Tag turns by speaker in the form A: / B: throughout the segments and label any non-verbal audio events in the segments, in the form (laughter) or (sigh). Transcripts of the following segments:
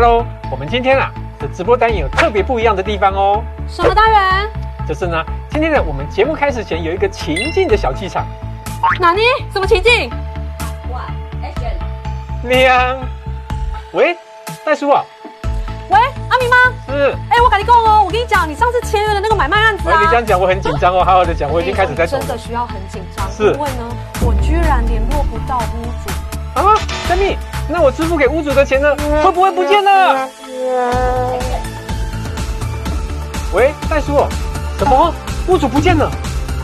A: 喽！我们今天啊的直播单元有特别不一样的地方哦，
B: 什么单元？
A: 就是呢，今天呢我们节目开始前有一个情境的小剧场，
B: 哪尼？什么情境？
C: 哇，action！
A: 亮。喂，袋叔啊，
B: 喂，阿明妈，
A: 是，
B: 哎、我跟你讲哦，我跟你讲，你上次签约的那个买卖案子
A: 喂，
B: 啊，哎
A: 你这样讲我很紧张哦，好好的讲，我已经开始在
B: 真
A: 懂
B: 的需要很紧张，
A: 是
B: 因为呢，我居然联络不到屋主。
A: 啊，三弟，那我支付给屋主的钱呢，会不会不见了？喂，袋叔哦，什么？屋主不见了？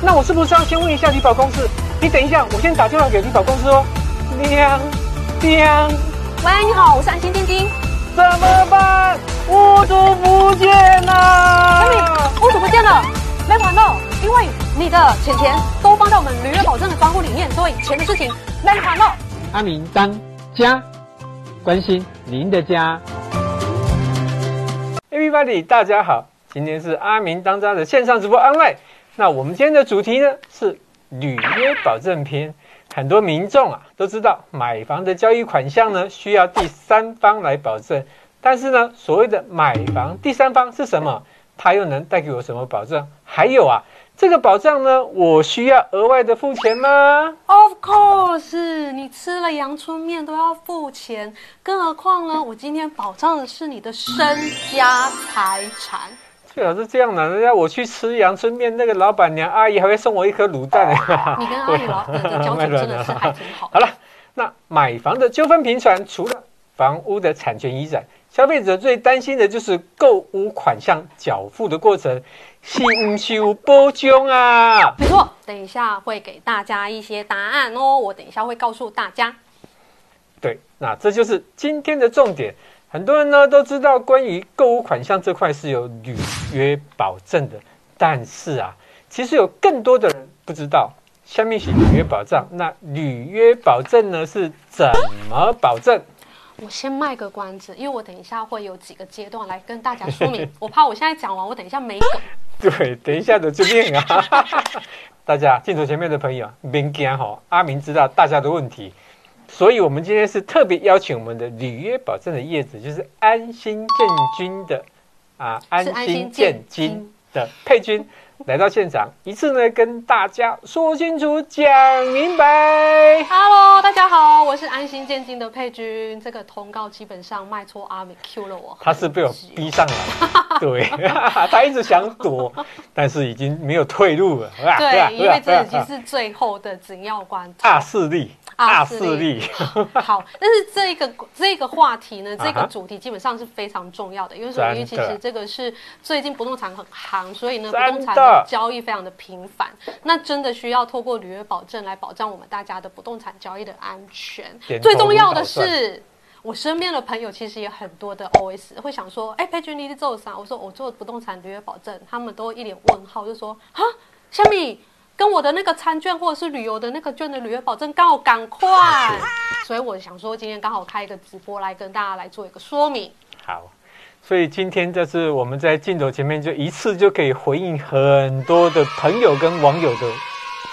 A: 那我是不是要先问一下离保公司？你等一下，我先打电话给离保公司哦。亮亮。
B: 喂，你好，我是安心钉钉。
A: 怎么办？屋主不见啊
B: 阿明
A: 了！，
B: 屋主不见了，没还喽，因为你的钱钱都放到我们履约保证的专户里面，所以钱的事情没还喽。
A: 阿明当家，关心您的家。Everybody，大家好，今天是阿明当家的线上直播 online。那我们今天的主题呢是履约保证篇。很多民众啊都知道，买房的交易款项呢需要第三方来保证，但是呢，所谓的买房第三方是什么？它又能带给我什么保障？还有啊，这个保障呢，我需要额外的付钱吗？
B: Of course，你吃了阳春面都要付钱，更何况呢？我今天保障的是你的身家财产。
A: 最好是这样的，人家我去吃阳春面，那个老板娘阿姨还会送我一颗卤蛋呢。 (laughs)
B: (laughs) 你跟阿里老的的交情真的是还挺好
A: 好。了，那买房的纠纷频传，除了房屋的产权移转，消费者最担心的就是购屋款项缴付的过程，是不是有波囧啊？
B: (laughs) 没错，等一下会给大家一些答案哦，我等一下会告诉大家。
A: 对，那这就是今天的重点。很多人呢都知道，关于购物款项这块是有履约保证的，但是啊，其实有更多的人不知道，下面是履约保障。那履约保证呢是怎么保证？
B: 我先卖个关子，因为我等一下会有几个阶段来跟大家说 (laughs) 明。我怕我现在讲完，我等一下没梗。
A: (laughs) 对，等一下的就练啊！ (laughs) 大家镜头前面的朋友，别惊哈，阿明知道大家的问题，所以我们今天是特别邀请我们的履约保证的业主，就是安心建军的啊，安
B: 是安
A: 心建
B: 心建
A: 军
B: 军
A: 的佩
B: (laughs)
A: 君来到现场，一次呢跟大家说清楚、讲明白。
B: Hello，大家好，我是安心建金的佩君。这个通告基本上卖错阿美 Q 了我，
A: 他是被我逼上来，对， (laughs) 他一直想躲，但是已经没有退路了。啊啊
B: (laughs) 对，因
A: 啊
B: 为这已
A: 啊
B: 经是最后的紧要关头。
A: 大势力，大
B: 大
A: 势
B: 啊势
A: 力
B: 力，好，但是这个这个话题呢，这
A: 啊哈
B: 个主题基本上是非常重要的，因为什么？因为其
A: 真的
B: 实这个是最近不动产很行，所以呢，不
A: 真的
B: 动产的交易非常的频繁，那真的需要透过履约保证来保障我们大家的不动产交易的安全
A: 点。头
B: 最重要的
A: 如捣
B: 是。我身边的朋友其实也很多的 OS 会想说，哎、佩君你是做啥？我说我做不动产履约保证，他们都一脸问号，就说啊，虾米跟我的那个餐券或者是旅游的那个券的履约保证刚好赶
A: 啊
B: 快，所以我想说今天刚好开一个直播来跟大家来做一个说明。
A: (laughs) 好。所以今天就是我们在镜头前面就一次就可以回应很多的朋友跟网友的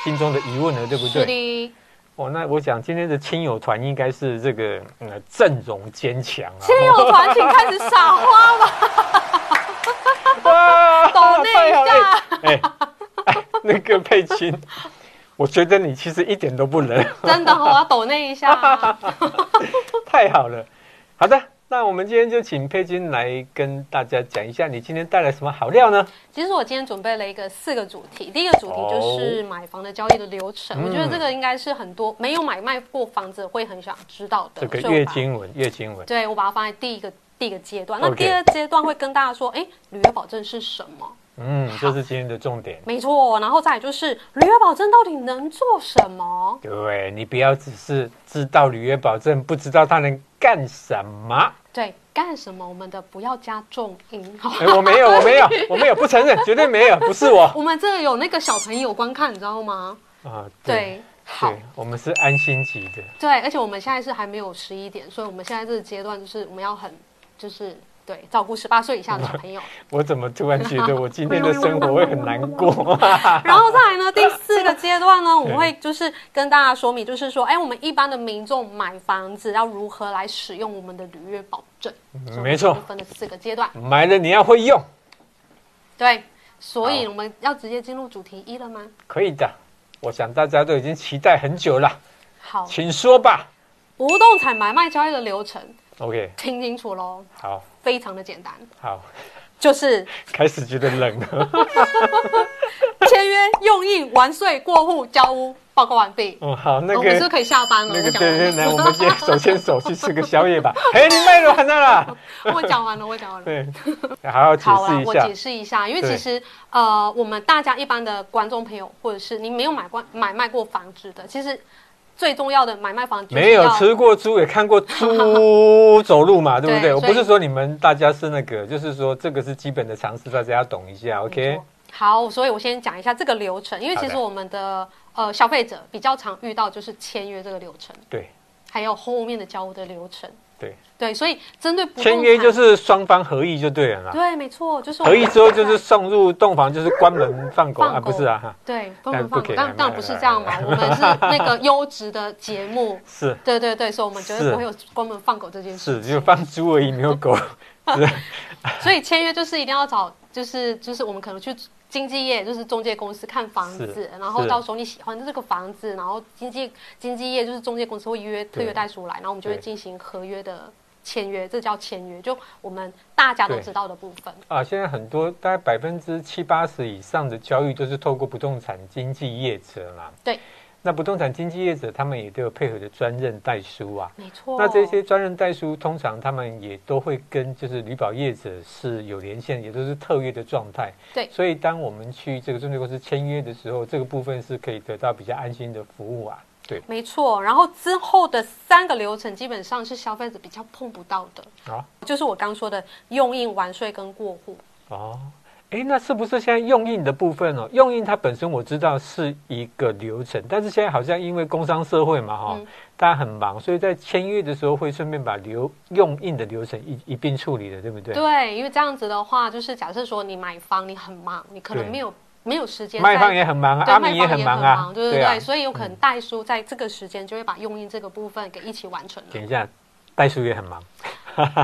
A: 心中的疑问了，对不
B: 是
A: 对？
B: 的，
A: 哦，那我想今天的亲友团应该是这个呃阵容坚强啊，
B: 亲友团请开始赏花吧。
A: 哇，
B: 抖内一
A: 太好了
B: 下
A: (laughs) 哎哎，那个佩琴，我觉得你其实一点都不冷。 (laughs)
B: 真的、哦，我要抖那一下。
A: 太好了，好的，那我们今天就请佩君来跟大家讲一下，你今天带来什么好料呢？
B: 其实我今天准备了一个四个主题，第一个主题就是买房的交易的流程，
A: 哦
B: 我觉得这个应该是很多没有买卖过房子会很想知道的。
A: 这个
B: 所以我
A: 月
B: 把
A: 经文，月经文，
B: 对我把它放在第一个第一个阶段。那
A: OK
B: 第二阶段会跟大家说，哎，履约保证是什么？
A: 嗯，这是今天的重点。
B: 没错，然后再来就是履约保证到底能做什么？
A: 对你不要只是知道履约保证，不知道它能干什么。
B: 对，干什么？我们的不要加重音。 (laughs)
A: 哎，我没有，我没有，我没有，不承认，绝对没有，不是我
B: 我们这有那个小朋友观看，你知道吗？
A: 啊。
B: 对，好
A: 对，，我们是安心级的。
B: 对，而且我们现在是还没有十一点，所以我们现在这个阶段就是我们要很就是对照顾十八岁以下的小
A: (laughs)
B: 朋友。
A: 我怎么突然觉得我今天的生活会很难过？
B: 然后再来呢，第四个阶段呢，我们会就是跟大家说明，就是说，哎，我们一般的民众买房子要如何来使用我们的履约保证？
A: 嗯没错
B: 所以我们分了四个阶段。
A: (laughs) 买了你要会用，
B: 对，所以
A: 好
B: 我们要直接进入主题一了吗？
A: 可以的。我想大家都已经期待很久了，
B: 好，
A: 请说吧。
B: 不动产买卖交易的流程，
A: OK，
B: 听清楚喽，
A: 好
B: 非常的简单，
A: 好，
B: 就是
A: 开始觉得冷了。
B: 签约、用印、完税、过户、交屋，报告完毕。
A: 哦，好，那
B: 哦我们是不
A: 个
B: 是可以下班了？
A: 那
B: 我
A: 个，
B: 讲完
A: 对
B: 了
A: 对，来，我们先手牵手去吃个宵夜吧。哎，你卖完了啦？
B: (laughs) 我讲完了，我讲
A: (laughs)
B: 完了。
A: 对，好好解
B: 好啊
A: 释，一
B: 我
A: 下
B: 解。释一下，因为
A: 对
B: 其实呃，我们大家一般的观众朋友，或者是你没有买过买卖过房子的，其实最重要的买卖房子就是
A: 没有
B: 要
A: 吃过猪，也看过猪走路
B: (laughs)
A: 嘛，对不对？
B: 对
A: 我
B: 所以
A: 不是说你们大家是那个，就是说这个是基本的常识，大家要懂一下
B: 没
A: ，OK？
B: 错好，所以我先讲一下这个流程，因为其
A: 好
B: 实
A: 的
B: 我们的呃消费者比较常遇到就是签约这个流程，
A: 对
B: 还有后面的交屋的流程。
A: 对，
B: 对，所以针对不动
A: 签约
B: 产
A: 就是双方合意就对了啦。
B: 对，没错，就是我
A: 合
B: 们
A: 意之后就是送入洞房，就是关门放狗
B: 放狗
A: 啊，不是啊，哈
B: 对，不
A: 哎
B: 能
A: 不哎
B: 放
A: 可
B: 过，
A: 以
B: 当当然不是这样嘛，我们是那个优质的节目。
A: 是
B: 对对对，所以我们绝
A: 是
B: 对不会有关门放狗这件事
A: 是，
B: 情。
A: 就放猪而已，没有狗。是
B: 所以签约就是一定要找，就是就是我们可能去经纪业，就是中介公司看房子
A: 是，
B: 然后
A: 是
B: 到时候你喜欢的这个房子，然后经纪经纪业就是中介公司会约特
A: 对
B: 约代书来，然后我们就会
A: 对
B: 进行合约的签约，这叫签约，就我们大家都
A: 对
B: 知道的部分。
A: 啊，现在很多大概百分之七八十以上的交易都是透过不动产经纪业者啦。
B: 对，
A: 那不动产经纪业者他们也都有配合的专任代书啊。
B: 没错。
A: 那这些专任代书，通常他们也都会跟就是旅保业者是有连线，也都是特约的状态。
B: 对
A: 所以当我们去这个中介公司签约的时候，这个部分是可以得到比较安心的服务啊。对，
B: 没错，然后之后的三个流程基本上是消费者比较碰不到的，
A: 好、
B: 就是我刚说的用印、完税跟过户。
A: 哦，哎，那是不是现在用印的部分哦？用印它本身我知道是一个流程，但是现在好像因为工商社会嘛、哈、
B: 嗯
A: 大家很忙，所以在签约的时候会顺便把流用印的流程一一并处理的，对不对？
B: 对，因为这样子的话，就是假设说你买房，你很忙，你可能
A: 对
B: 没有没有时间在。
A: 卖方也很忙啊，
B: 对
A: 阿
B: 卖
A: 明
B: 方
A: 很
B: 也
A: 忙
B: 忙
A: 啊，
B: 对对
A: 啊
B: 所以有可能代书在这个时间就会把用印这个部分给一起完成了。
A: 等一下，袋鼠也很忙，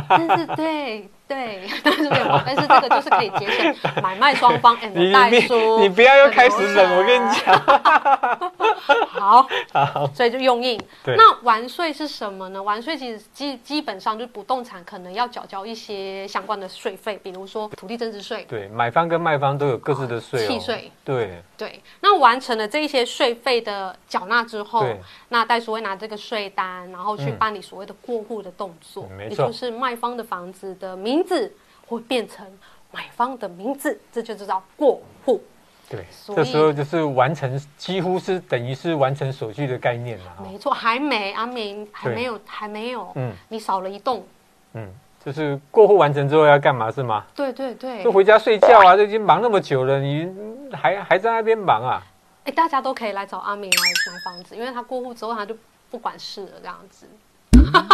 B: 但是对对，但是对，但是这个就是可以节省买卖双方 and
A: (laughs) 你
B: 代
A: 你
B: 书。
A: 你不要又开始
B: 啊
A: 冷，我跟你讲，
B: 讲。好，
A: 好，
B: 所以就用印。
A: 对
B: 那完税是什么呢？完税其实基基本上就是不动产可能要缴交一些相关的税费，比如说土地增值税、
A: 对，买方跟卖方都有各自的税、哦，
B: 契税，
A: 对
B: 对，那完成了这一些税费的缴纳之后
A: 对，
B: 那代书会拿这个税单，然后去
A: 嗯
B: 办理所谓的过户的动作，
A: 嗯没
B: 也
A: 错
B: 就是卖方的房子的名字会变成买方的名字，这就叫过户。
A: 对，
B: 所以
A: 这时候就是完成，几乎是等于是完成手续的概念了、啊，
B: 没错，还没，阿明还
A: 对
B: 没有，还没有，
A: 嗯
B: 你少了一栋。
A: 嗯，就是过户完成之后要干嘛是吗？
B: 对对对
A: 就，回家睡觉啊，都已经忙那么久了，你嗯还还在那边忙啊？
B: 哎，大家都可以来找阿明来买房子，因为他过户之后他就不管事了，这样子。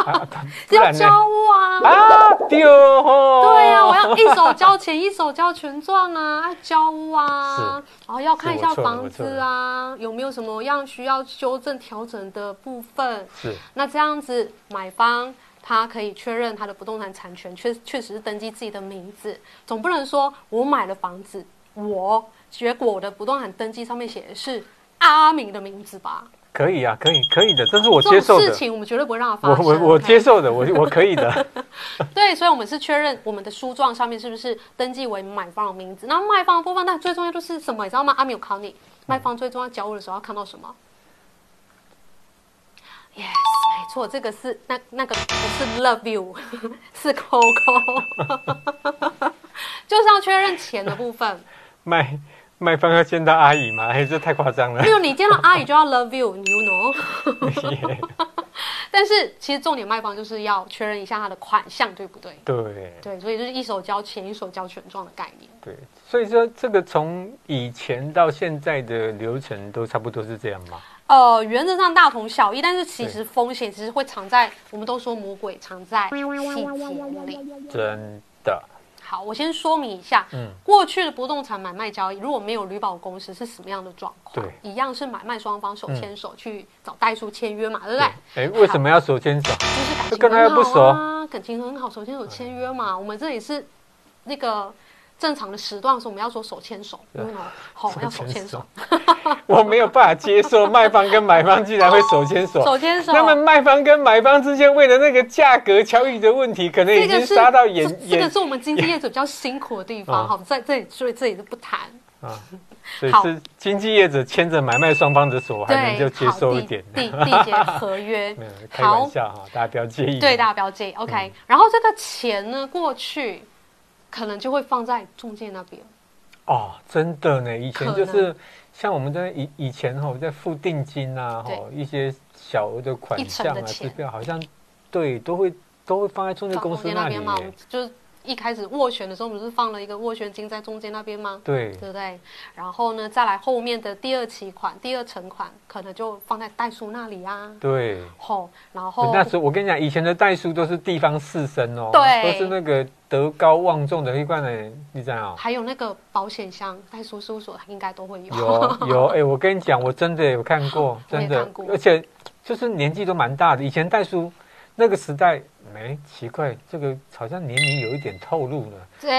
A: 啊不
B: (laughs) 要
A: 然呢？
B: 交屋啊！
A: 啊，丢哦！
B: 对啊呀、我要一手交钱，一手交权状
A: (laughs)
B: 啊，要交屋啊，然后要看一下房子啊，有没有什么样需要修正调整的部分。
A: 是
B: 那这样子，买方他可以确认他的不动产产权确确实是登记自己的名字，总不能说我买了房子，我结果我的不动产登记上面写的是阿明的名字吧？
A: 可以啊，可以可以的，这是我接
B: 这
A: 受
B: 种事
A: 的，
B: 情我们绝对不会让他发
A: 我
B: 生。
A: 我我
B: OK？
A: 接受的，我我可以的。 (laughs)
B: 对，所以我们是确认我们的书状上面是不是登记为买方的名字。那卖方的部分，那最重要就是什么？你知道吗？阿米有考你，卖方最重要交屋的时候要看到什么？Yes，没错，这个是那那个不是 love you，是 (laughs) Coco，就是要确认钱的部分。
A: 卖卖方要见到阿姨吗？哎，这太夸张了
B: (laughs) 例。如你见到阿姨就要 love you，you know。但 (laughs) 是其实重点卖方就是要确认一下他的款项对不对？
A: 对
B: 对，所以就是一手交钱一手交权状的概念。
A: 对，所以说这个从以前到现在的流程都差不多是这样嘛。
B: 呃，原则上大同小异，但是其
A: 对
B: 实风险其实会藏在，我们都说魔鬼藏在细节里。
A: 真的，
B: 好，我先说明一下，
A: 嗯，
B: 过去的不动产买卖交易如果没有旅保公司是什么样的状况？
A: 对，嗯
B: 一样是买卖双方手牵手去找代书签约嘛，对不对？
A: 对，哎，为什么要手牵手？
B: 就是感
A: 就
B: 情
A: 跟他又
B: 很
A: 不
B: 好啊，感情很好，手牵手签约嘛。我们这里是那个正常的时段，所以我们要说手牵手，
A: 对
B: 为什么？
A: (laughs)
B: 好，哦要手牵手，，
A: 我没有办法接受卖方跟买方竟然会手牵手。
B: 手牵手。
A: 他们卖方跟买方之间为了那个价格交易的问题，可能已
B: 这
A: 经
B: 个是
A: 杀到眼
B: 这这个
A: 眼
B: 是我们经纪业主比较辛苦的地
A: 啊
B: 方，好，在这里所以这里就不谈。
A: 啊，所以
B: 好
A: 是经纪业者牵着买卖双方的手，还能就
B: 对，
A: 接
B: 好，
A: 受一
B: 缔
A: 点。
B: 缔缔结
A: (laughs)
B: 合约
A: 没有，开玩
B: 好，
A: 笑哈，大家不要介意。
B: 对，大家不要
A: 嗯
B: 介意。OK，、然后这个钱呢，过去可能就会放在中介那边，
A: 哦，真的呢，以前就
B: 可
A: 是像我们在以以前哈，在付定金啊，哈
B: 对，
A: 一些小额的款
B: 一成
A: 项啊，
B: 的
A: 支
B: 钱
A: 票好像对都会都会放在中介
B: 放
A: 公
B: 中
A: 司
B: 介
A: 那
B: 那
A: 里
B: 边嘛。我们
A: 耶。
B: 就是一开始斡旋的时候，我们不是放了一个斡旋金在中介那边吗？
A: 对
B: 对不对？然后呢，再来后面的第二期款、第二成款，可能就放在代书那里啊。
A: 对，
B: 吼、然后
A: 那时候我跟你讲，以前的代书都是地方士绅哦，
B: 对
A: 都是那个德高望重的一贯的，你知道哦。
B: 还有那个保险箱，代书事务所应该都会有。
A: 有有，哎、我跟你讲，我真的有看过，
B: 我也
A: 真的
B: 看过，
A: 而且就是年纪都蛮大的。以前代书那个时代，没、奇怪，这个好像年龄有一点透露了。
B: (laughs) 对，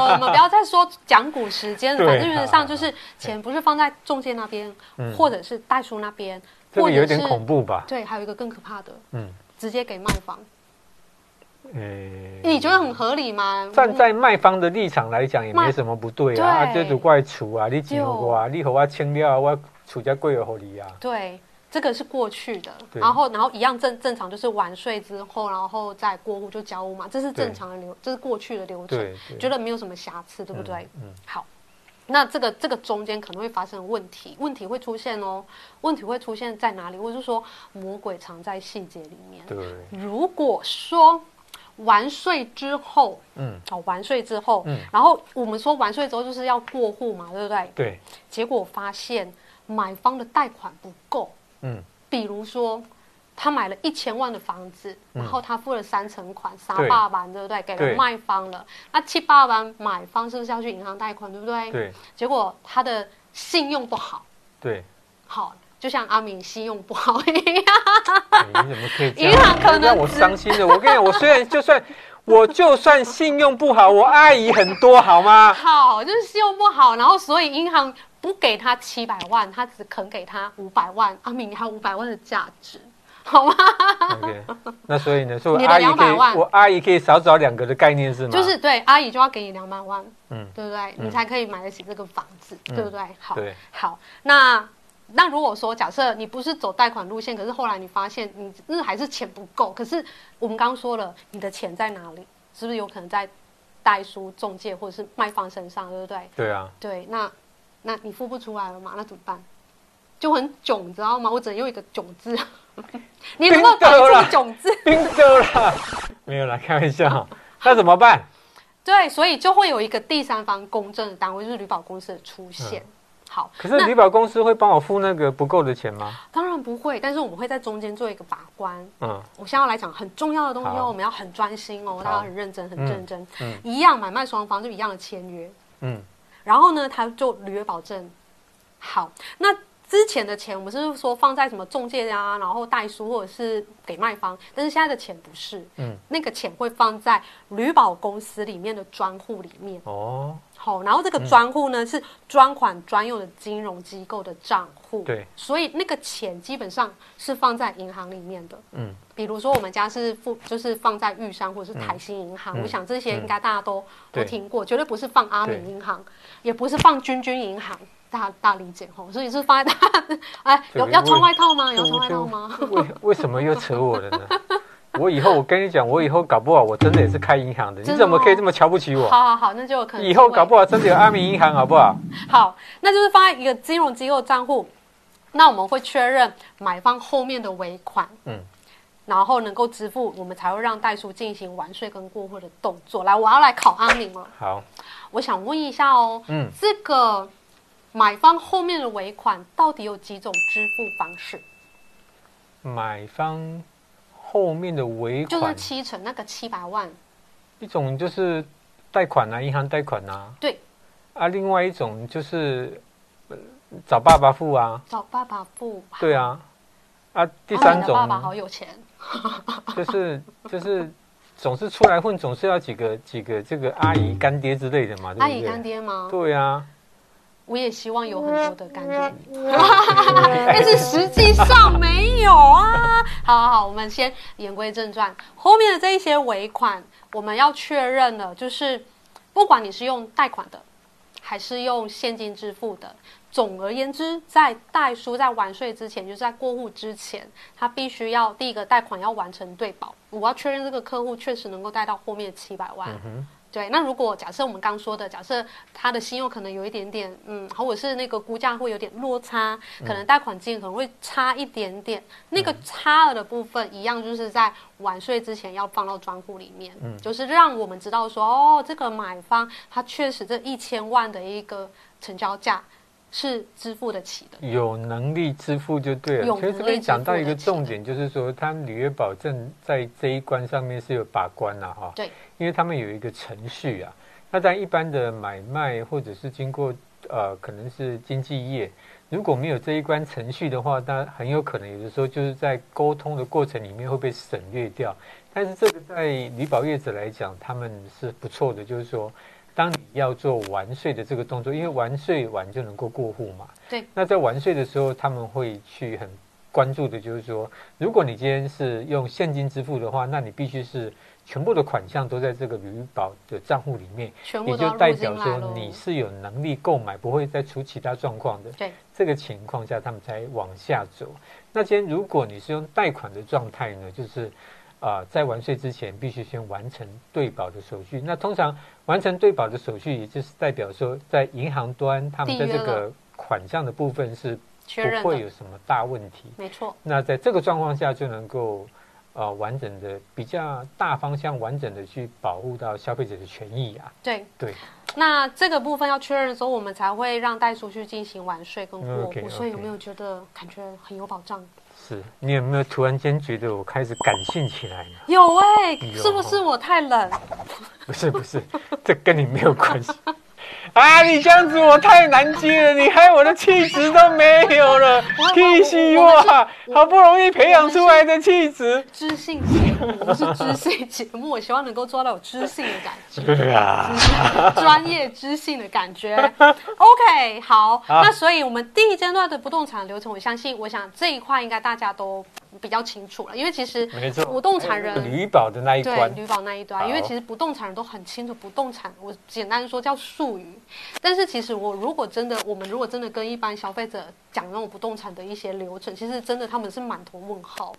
B: 我们不要再说讲古时间了，
A: 对
B: 反正原则上就是钱不是放在中介那边，
A: 嗯
B: 或者是代书那边，
A: 这
B: 或
A: 个
B: 者
A: 有点
B: 是
A: 恐怖吧？
B: 对，还有一个更可怕的，
A: 嗯，
B: 直接给卖方，
A: 诶、
B: 哎你觉得很合理吗？
A: 哎站在卖方的立场来讲，也
B: 卖
A: 没什么不对啊。啊，
B: 对
A: 这主怪除啊，你请我啊，你和我签了啊，我出家贵有合理啊。
B: 对。这个是过去的，
A: 对
B: 然后然后一样正正常，就是完税之后，然后再过户就交屋嘛，这是正常的流，这是过去的流程，
A: 对，对
B: 觉得没有什么瑕疵，对不对？？
A: 嗯嗯，
B: 好，那这个这个中间可能会发生问题，问题会出现哦，问题会出现在哪里？或者是说魔鬼藏在细节里面。
A: 对，
B: 如果说完税之后，
A: 嗯
B: 哦，完税之后，
A: 嗯
B: 然后我们说完税之后就是要过户嘛，对不对？
A: 对，
B: 结果发现买方的贷款不够，
A: 嗯
B: 比如说。他买了一千万的房子，
A: 嗯
B: 然后他付了三成款，三
A: 对
B: 八万，对不对？给
A: 对
B: 了卖方了，那七八万买方是不是要去银行贷款，对不对？
A: 对
B: 结果他的信用不好， (laughs)
A: 对，
B: 好，就像阿敏信用不好 (laughs) 一样，
A: 哎你怎么可以这样？
B: 银行可能
A: 让我伤心的。我跟你讲，我虽然就算我就算信用不好，我阿姨很多好吗？
B: 好，就是信用不好，然后所以银行不给他七百万，他只肯给他五百万，阿敏你还有五百万的价值，好吗？
A: OK，那所以呢，所以
B: 你
A: 我
B: 的
A: 阿姨可以
B: 200万，
A: 我阿姨可以少找两个的概念是吗？
B: 就是对阿姨就要给你两百万，
A: 嗯，
B: 对不对？
A: 嗯
B: 你才可以买得起这个房子，
A: 嗯
B: 对不对？好，
A: 对
B: 好，那。那如果说假设你不是走贷款路线，可是后来你发现你那还是钱不够，可是我们刚刚说了，你的钱在哪里？是不是有可能在代书、中介或者是卖方身上，对不对？
A: 对啊，
B: 对，那那你付不出来了嘛？那怎么办？就很囧，你知道吗？我只能用一个“囧”字。 (laughs) 你能够
A: 真
B: 打
A: 的啦
B: 出“囧”字，
A: 冰州啦，没有啦，开玩
B: (laughs)
A: 笑。那怎么办？
B: 对，所以就会有一个第三方公证的单位，就是旅保公司的出现。好，
A: 可是旅保公司会帮我付那个不够的钱吗？
B: 当然不会，但是我们会在中间做一个把关。
A: 嗯
B: 我现在要来讲很重要的东西哦，
A: 好
B: 我们要很专心哦，大家很认真，很
A: 嗯
B: 认真。
A: 嗯
B: 一样买卖双方就一样的签约，
A: 嗯，
B: 然后呢，他就履约保证。好，那之前的钱我们是说放在什么中介啊，然后代书或者是给卖方，但是现在的钱不是，
A: 嗯，
B: 那个钱会放在旅保公司里面的专户里面。
A: 哦，
B: 好、然后这个专户呢、是专款专用的金融机构的账户，
A: 对，
B: 所以那个钱基本上是放在银行里面的。
A: 嗯，
B: 比如说我们家是付，就是放在玉山或者是台新银行，
A: 嗯
B: 我想这些应该大家都、
A: 对
B: 都听过，绝对不是放阿
A: 对
B: 明银行，也不是放君君银行，大家大家理解吼，所以是放在大 (laughs) 家，哎，有
A: 对
B: 要
A: 我
B: 穿外套吗？有要穿外套吗？
A: (laughs) 为为为什么又扯我
B: (laughs)
A: 了呢？我以后我跟你讲，我以后搞不好我真的也是开银行的，
B: 真的
A: 你怎么
B: 哦
A: 可以这么瞧不起我？
B: 好好好，那就可能
A: 以后搞
B: 好
A: 不好真的有阿明银行，好不好？
B: 好，那就是放在一个金融机构账户，那我们会确认买方后面的尾款，
A: 嗯
B: 然后能够支付，我们才会让代书进行完税跟过户的动作。来，我要来考阿明了，
A: 好，
B: 我想问一下哦，
A: 嗯，
B: 这个买方后面的尾款到底有几种支付方式？
A: 买方后面的尾
B: 就
A: 款
B: 是七成那个七百万，
A: 一种就是贷款啊，银行贷款啊，
B: 对，
A: 啊，另外一种就是、呃找爸爸付啊，
B: 找爸爸付。
A: 对啊，啊，第
B: 他们
A: 三
B: 的
A: 种
B: 爸爸好有钱，
A: 就是就是总是出来混，总是要几个几个这个阿姨干爹之类的嘛，对不对？
B: 阿姨干爹吗？
A: 对啊，
B: 我也希望有很多的干爹， (laughs) 但
A: 但
B: 是实际上没有啊。好好好，我们先言归正传，后面的这一些尾款我们要确认了，就是不管你是用贷款的，还是用现金支付的。总而言之，在代书在完税之前，就是在过户之前，他必须要第一个贷款要完成对保，我要确认这个客户确实能够贷到后面七百万。
A: 嗯哼，
B: 对，那如果假设我们刚说的，假设他的信用可能有一点点，嗯，或者是那个估价会有点落差，
A: 嗯
B: 可能贷款金额可能会差一点点，那个差额的部分一样就是在完税之前要放到专户里面，
A: 嗯
B: 就是让我们知道说，哦，这个买方他确实这一千万的一个成交价是支付得起的，
A: 有能力支付就对了。
B: 有
A: 其实这
B: 能力
A: 边
B: 支
A: 讲
B: 付
A: 到一
B: 得
A: 个
B: 起
A: 重
B: 的
A: 点，就是说，他履约保证在这一关上面是有把关了、哈。
B: 对，
A: 因为他们有一个程序啊。那在一般的买卖或者是经过呃，可能是经纪业，如果没有这一关程序的话，那很有可能有的时候就是在沟通的过程里面会被省略掉。但是这个在旅保业者来讲，他们是不错的，就是说，当你要做完税的这个动作，因为完税完就能够过户嘛。
B: 对。
A: 那在完税的时候，他们会去很关注的，就是说，如果你今天是用现金支付的话，那你必须是全部的款项都在这个旅保的账户里面，
B: 全
A: 也
B: 部都
A: 就
B: 要
A: 代
B: 入
A: 表
B: 进来喽
A: 说。你是有能力购买，不会再出其他状况的。
B: 对，
A: 这个情况下，他们才往下走。那今天如果你是用贷款的状态呢，就是啊、呃在完税之前必须先完成对保的手续。那通常完成对保的手续，也就是代表说，在银行端他们在这
B: 缔约
A: 个款项的部分是
B: 确认
A: 不会有
B: 的，
A: 什么大问题。
B: 没错。
A: 那在这个状况下，就能够呃完整的比较大方向完整的去保护到消费者的权益啊。
B: 对，
A: 对，
B: 那这个部分要确认的时候，我们才会让代书去进行完税跟过户。
A: 嗯 OK，OK
B: 所以有没有觉得感觉很有保障？
A: 是你有没有突然间觉得我开始感性起来呢？ (laughs)
B: 有哎、
A: 有
B: 是不是我太冷？
A: 不是不是，这跟你没有关系。 (laughs) 啊，你这样子我太难接了，你害我的气质都没有
B: (laughs)
A: 了
B: 我我，
A: 气息
B: 我我
A: 哇，好不容易培养出来的气质。
B: 知性节目，我们是知性节目，我希望能够抓到有知性的感觉，
A: (laughs) 对
B: (laughs)
A: 啊，
B: 专业知性的感觉。OK，好，
A: 好
B: 那所以我们第一阶段的不动产流程，我相信，我想这一块应该大家都比较清楚了，因为其实
A: 没错
B: 不动产人
A: 旅保的那一
B: 对，
A: 关，
B: 旅保那一端，
A: 好
B: 因为其实不动产人都很清楚，不动产我简单说叫术语，但是其实我如果真的，我们如果真的跟一般消费者讲那种不动产的一些流程，其实真的他们是满头问号，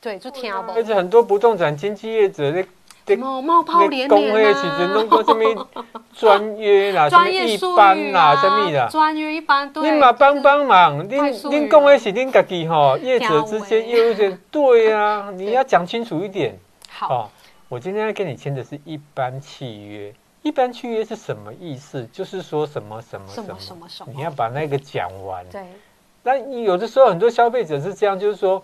B: 对，就听不
A: 而且很多不动产经纪业者在
B: 懂，冒冒泡连
A: 工会
B: 连
A: 其实弄
B: 啊，
A: 过什么专约
B: (laughs)
A: 啦、什么
B: 专业
A: 一
B: 术
A: 班
B: 语
A: 啦、什么
B: 啊，
A: 啦，
B: 专业一般，对，
A: 你嘛帮帮忙，
B: 太术
A: 恁
B: 语
A: 恁讲的是恁家己吼，业者之间
B: 听
A: 业务间，对
B: (laughs)
A: 啊，你要讲清楚一点
B: 好，
A: 哦。我今天要跟你签的是一般契约，一般契约是什么意思？就是说什么什么
B: 什
A: 什
B: 么
A: 么
B: 什么什
A: 你要
B: 么，
A: 把那个讲完。
B: 对，
A: 那你有的时候很多消费者是这样，就是说，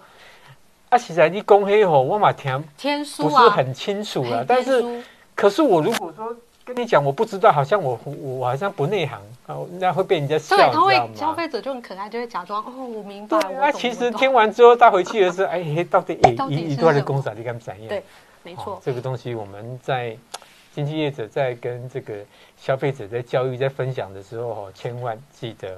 A: 啊，其实你讲黑吼，我嘛听
B: 天
A: 不
B: 书
A: 是
B: 啊，
A: 很清楚
B: 哎
A: 啊，但
B: 天
A: 是。
B: 书
A: 可是我如果说跟你讲我不知道，好像我我我好像不内行啊，那会被人家笑，
B: 对，
A: 你
B: 他会
A: 知道
B: 消
A: 吗？
B: 费者就很可爱，就会假装哦，我明白，
A: 对啊，
B: 我懂，
A: 那
B: 我
A: 其实
B: 懂
A: 听完之后，他回去的时候，哎，嘿到底
B: 到
A: 诶，
B: 底
A: 一一
B: 是
A: 段的
B: 什么
A: 工厂你敢怎样？
B: 对没
A: 哦
B: 错，
A: 这个东西我们在经纪业者在跟这个消费者在教育、在分享的时候，哦，千万记得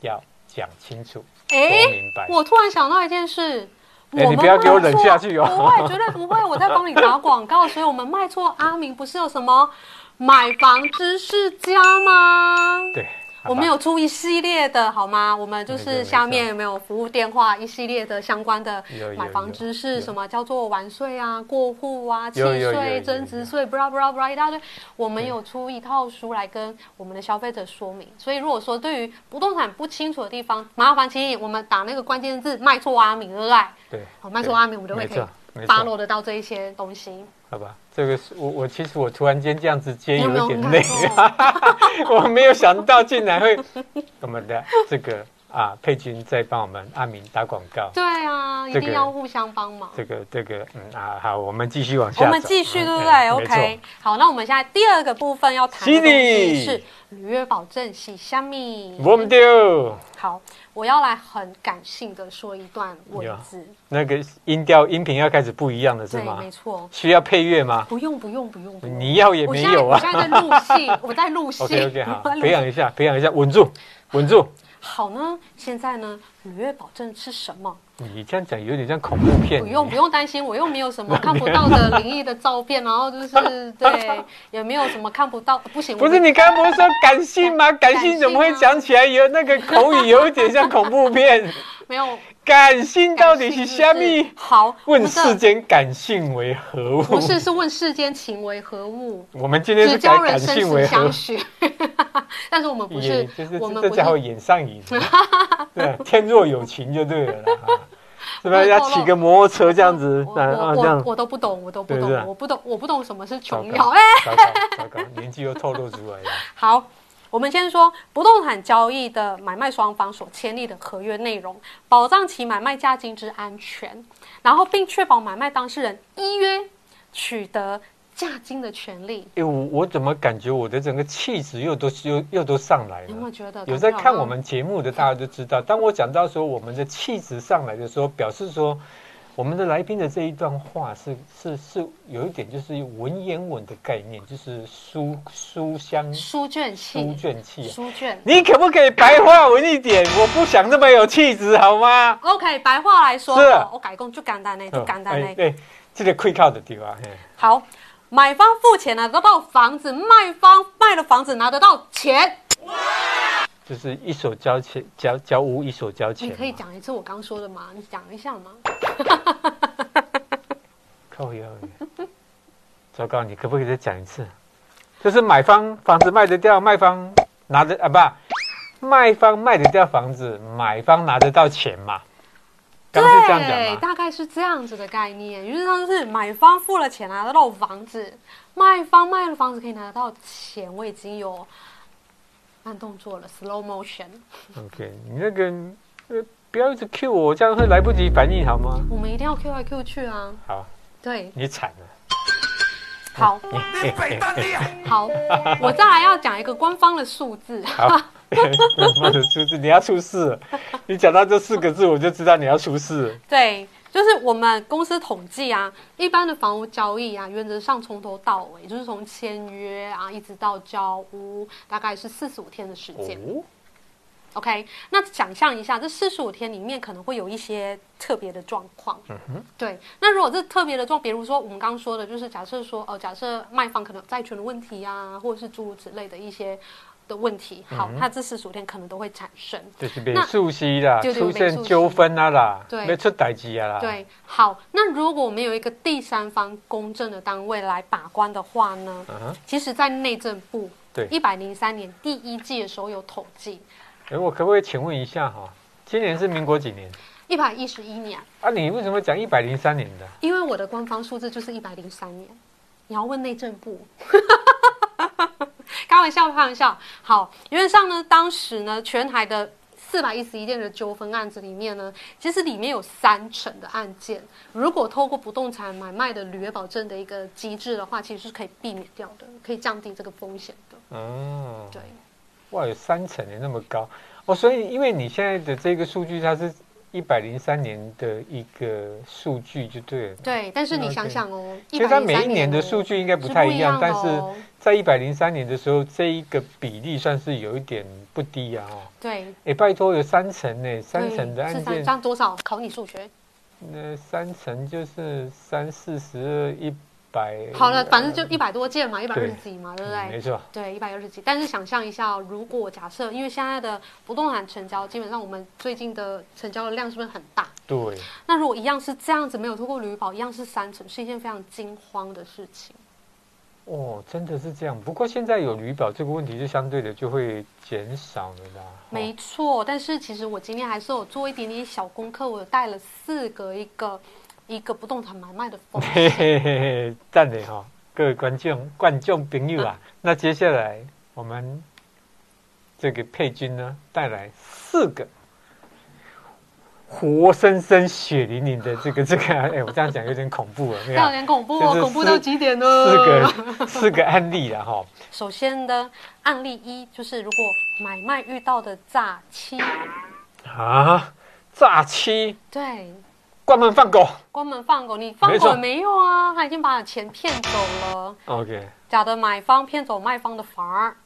A: 要讲清楚、说
B: 哎。
A: 明白。
B: 我突然想到一件事，
A: 哎
B: 我
A: 你
B: 们
A: 不要给我
B: 卖
A: 冷
B: 错
A: 下去哦
B: 不会，绝对不会，我在帮你打广告，所以我们卖错阿明不是有什么买房知识家吗？
A: 对，好吧
B: 我们有出一系列的好吗？我们就
A: 没错没
B: 是
A: 错
B: 下面有没有服务电话一系列的相关的
A: 有有
B: 买房知
A: 有
B: 识，什么叫做完税啊、过户啊、契
A: 有有有有
B: 税、
A: 有
B: 增值税，blah blah blah 一大堆。我们
A: 对
B: 有出一套书来跟我们的消费者说明。所以如果说对于不动产不清楚的地方，麻烦请我们打那个关键字“卖错啊阿米”，对不对？
A: 对，
B: 好，卖
A: 对
B: 错阿米，我们就会
A: 没
B: 可以
A: 错，没错。
B: follow 得到这一些东西。
A: 好吧，这个是我我其实我突然间这样子接
B: 你有没有
A: 有一
B: 很
A: 点
B: 感
A: 累，
B: 动？
A: 我没有想到竟然会我们的这个啊，佩君在帮我们阿明打广告。
B: 对啊，一
A: 这
B: 定
A: 个
B: 要互相帮忙。
A: 这个这个，嗯啊，好，我们继续往下走。
B: 我们继续，
A: 嗯
B: 对不
A: 哎
B: 对
A: 没错
B: ？OK，好，那我们现在第二个部分要谈的
A: 是
B: 东西
A: 的
B: 是履约保证是虾米。
A: 我们丢
B: 好，我要来很感性的说一段文字，
A: 那个音调、音频要开始不一样了，是
B: 对，
A: 吗
B: 没？错，
A: 需要配乐吗？
B: 不用不用不用不用。
A: 你要也
B: 我
A: 没
B: 现在
A: 有
B: 我
A: 啊。
B: 现在在录
A: (laughs)
B: 戏，我在录戏。
A: OK (laughs) OK，好
B: 我在，录
A: 培养
B: 戏
A: 一下，培养一下，稳住，稳住。
B: 好呢，现在呢，履约保证是什
A: (laughs)
B: 么？
A: 你这样讲有点像恐怖片。
B: 不用不用担心，我又没有什么 (laughs) 看不到的灵异的照片，然后就是
A: (laughs)
B: 对，也没有什么看不到，不行，
A: 不是
B: 我们
A: 你刚刚不是说感性吗？感性怎么
B: 啊
A: 会讲起来有那个口语有一点像恐怖
B: (laughs)
A: 片？
B: 没有
A: 感性到底是虾
B: 感性
A: 米
B: 是？好，
A: 问
B: 不是
A: 世间感性为何物？
B: 不是是问世间情为何物，
A: 我们今天
B: 只
A: 是改
B: 教人
A: 感
B: 生
A: 性为
B: 死
A: 何
B: 相
A: 物？
B: 许。 (laughs) 但是我们不
A: 也
B: 是
A: 就是，
B: 我们
A: 这
B: 不是
A: 家伙演上
B: (laughs)
A: 瘾了，对，天若有情就对了啦，啊是不是？要骑个摩托车这样子，
B: 我
A: 啊啊
B: 我
A: 这样
B: 我，我都不懂，我都不
A: 对不对啊
B: 懂，我不懂，我不懂什么是
A: 糟
B: 琼
A: 糕
B: 瑶。哎，
A: 糟糕，糟
B: (laughs)
A: 糕，年纪又透露出来了。
B: 好，我们先说不动产交易的买卖双方所签订的合约内容，保障其买卖价金之安全，然后并确保买卖当事人依约取得价金的权利。
A: 哎，我我怎么感觉我的整个气质又都又又都上来
B: 有没
A: 了
B: 有？觉得
A: 有在
B: 感觉好
A: 看
B: 像
A: 我们节目的大家都知道，当我讲到说我们的气质上来的时候，表示说我们的来宾的这一段话是是是有一点就是文言文的概念，就是书书香
B: 书卷
A: 书
B: 气？
A: 卷气啊。
B: 书卷。
A: 你可不可以白话文一点？我不想那么有气质，好吗？
B: OK，白话来说，
A: 是
B: 哦我改工就简单嘞，就简单
A: 哎
B: 嘞。
A: 哎，这个会靠的地方，嘿哎
B: 好，买方付钱了，得到房子；卖方卖了房子，拿得到钱。
A: 就是一手交钱交交屋，一手交钱
B: 你
A: 嘛。
B: 可以讲一次我刚说的吗？你讲一下吗？
A: 靠腰耶糟糕，你可不可以再讲一次？就是买方房子卖得掉，卖方拿着啊不，卖方卖得掉房子，买方拿得到钱嘛？刚是这样
B: 对，
A: 讲嘛？
B: 大概是这样子的概念。于是他就是买方付了钱拿得到房子，卖方卖了房子可以拿得到钱。我已经有慢动作了，slow motion。
A: OK，你那个呃不要一直 Q 我，这样会来不及反应好吗？
B: 我们一定要 Q 来 Q 去啊！
A: 好，
B: 对，
A: 你惨了。 (laughs)
B: 好
A: 哎
B: 好，我再来要讲一个官方的数字。
A: 好，妈的出事，你要出事了！你讲到这四个字，我就知道你要出事了。
B: 对，就是我们公司统计啊，一般的房屋交易啊，原则上从头到尾，就是从签约啊，一直到交屋，大概是四十五天的时间。
A: 哦，
B: OK，那想象一下，这四十五天里面可能会有一些特别的状况。
A: 嗯哼，
B: 对，那如果这特别的状，比如说我们刚刚说的，就是假设说，哦、假设卖方可能有债权的问题啊，或者是诸如此类的一些的问题，好，
A: 嗯哼
B: 那这四十五天可能都会产生。
A: 就是被
B: 那
A: 熟悉啦，
B: 对对
A: 出
B: 被
A: 现
B: 熟悉
A: 纠纷啦啦，
B: 对
A: 被出代志啊啦。。
B: 对，好，那如果我们有一个第三方公证的单位来把关的话呢？
A: 嗯哼，
B: 其实，在内政部
A: 对
B: 一百零三年第一季的时候有统计，
A: 哎，我可不可以请问一下哈？今年是民国几年？
B: 一百一十一年，
A: 啊，你为什么讲一百零三年的？
B: 因为我的官方数字就是一百零三年，你要问内政部。 (laughs) 开玩笑，开玩笑。好，原则上呢，当时呢，全台的四百一十一件的纠纷案子里面呢，其实里面有三成的案件，如果透过不动产买卖的履约保证的一个机制的话，其实是可以避免掉的，可以降低这个风险的。
A: 嗯，
B: 对，
A: 哇，有三成的那么高哦，所以因为你现在的这个数据，它是一百零三年的一个数据，就对了。
B: 对。但是你
A: OK
B: 想想哦，
A: 其实它
B: 103
A: 每一年的
B: 哦
A: 数据应该不
B: 是
A: 太
B: 不
A: 一样，
B: 的
A: 但是
B: 哦
A: 在一百零三年的时候，这一个比例算是有一点不低啊、哦。
B: 对
A: 哎，拜托，有三成呢，三
B: 对
A: 成的
B: 是
A: 案
B: 三
A: 件，
B: 张多少？考你数学。
A: 那三成就是三四十二一百。
B: 好了，反正就一百多件嘛，一百二
A: 对
B: 十几嘛，对不
A: 嗯
B: 对
A: 没？错，
B: 对，一百二十几。但是想象一下哦，如果假设，因为现在的不动产成交，基本上我们最近的成交的量是不是很大？
A: 对。
B: 那如果一样是这样子，没有通过旅保，一样是三成，是一件非常惊慌的事情。
A: 哦，真的是这样。不过现在有旅保这个问题，就相对的就会减少了啦。哦
B: 没错，但是其实我今天还是有做一点点小功课，我有带了四个一个一个不动产买卖的风
A: (laughs) 嘿嘿嘿嘿，赞的哈，各位观众、观众朋友啊，那接下来我们这个佩君呢带来四个活生生、血淋淋的这个这个，哎，我这样讲有点恐怖了，
B: 这
A: 对
B: 样有
A: 吧？
B: 点恐怖
A: 就
B: 哦，
A: 是
B: 恐怖
A: 四
B: 到极点呢。
A: 四个四个案例了哈。
B: 首先呢，案例一就是如果买卖遇到的诈欺，
A: 啊，诈欺、
B: 对，
A: 关门放狗
B: 关门放狗，你放
A: 没
B: 狗
A: 错
B: 也没用啊，他已经把你钱骗走了，
A: ，OK，
B: 假的买方骗走卖方的房儿。嗯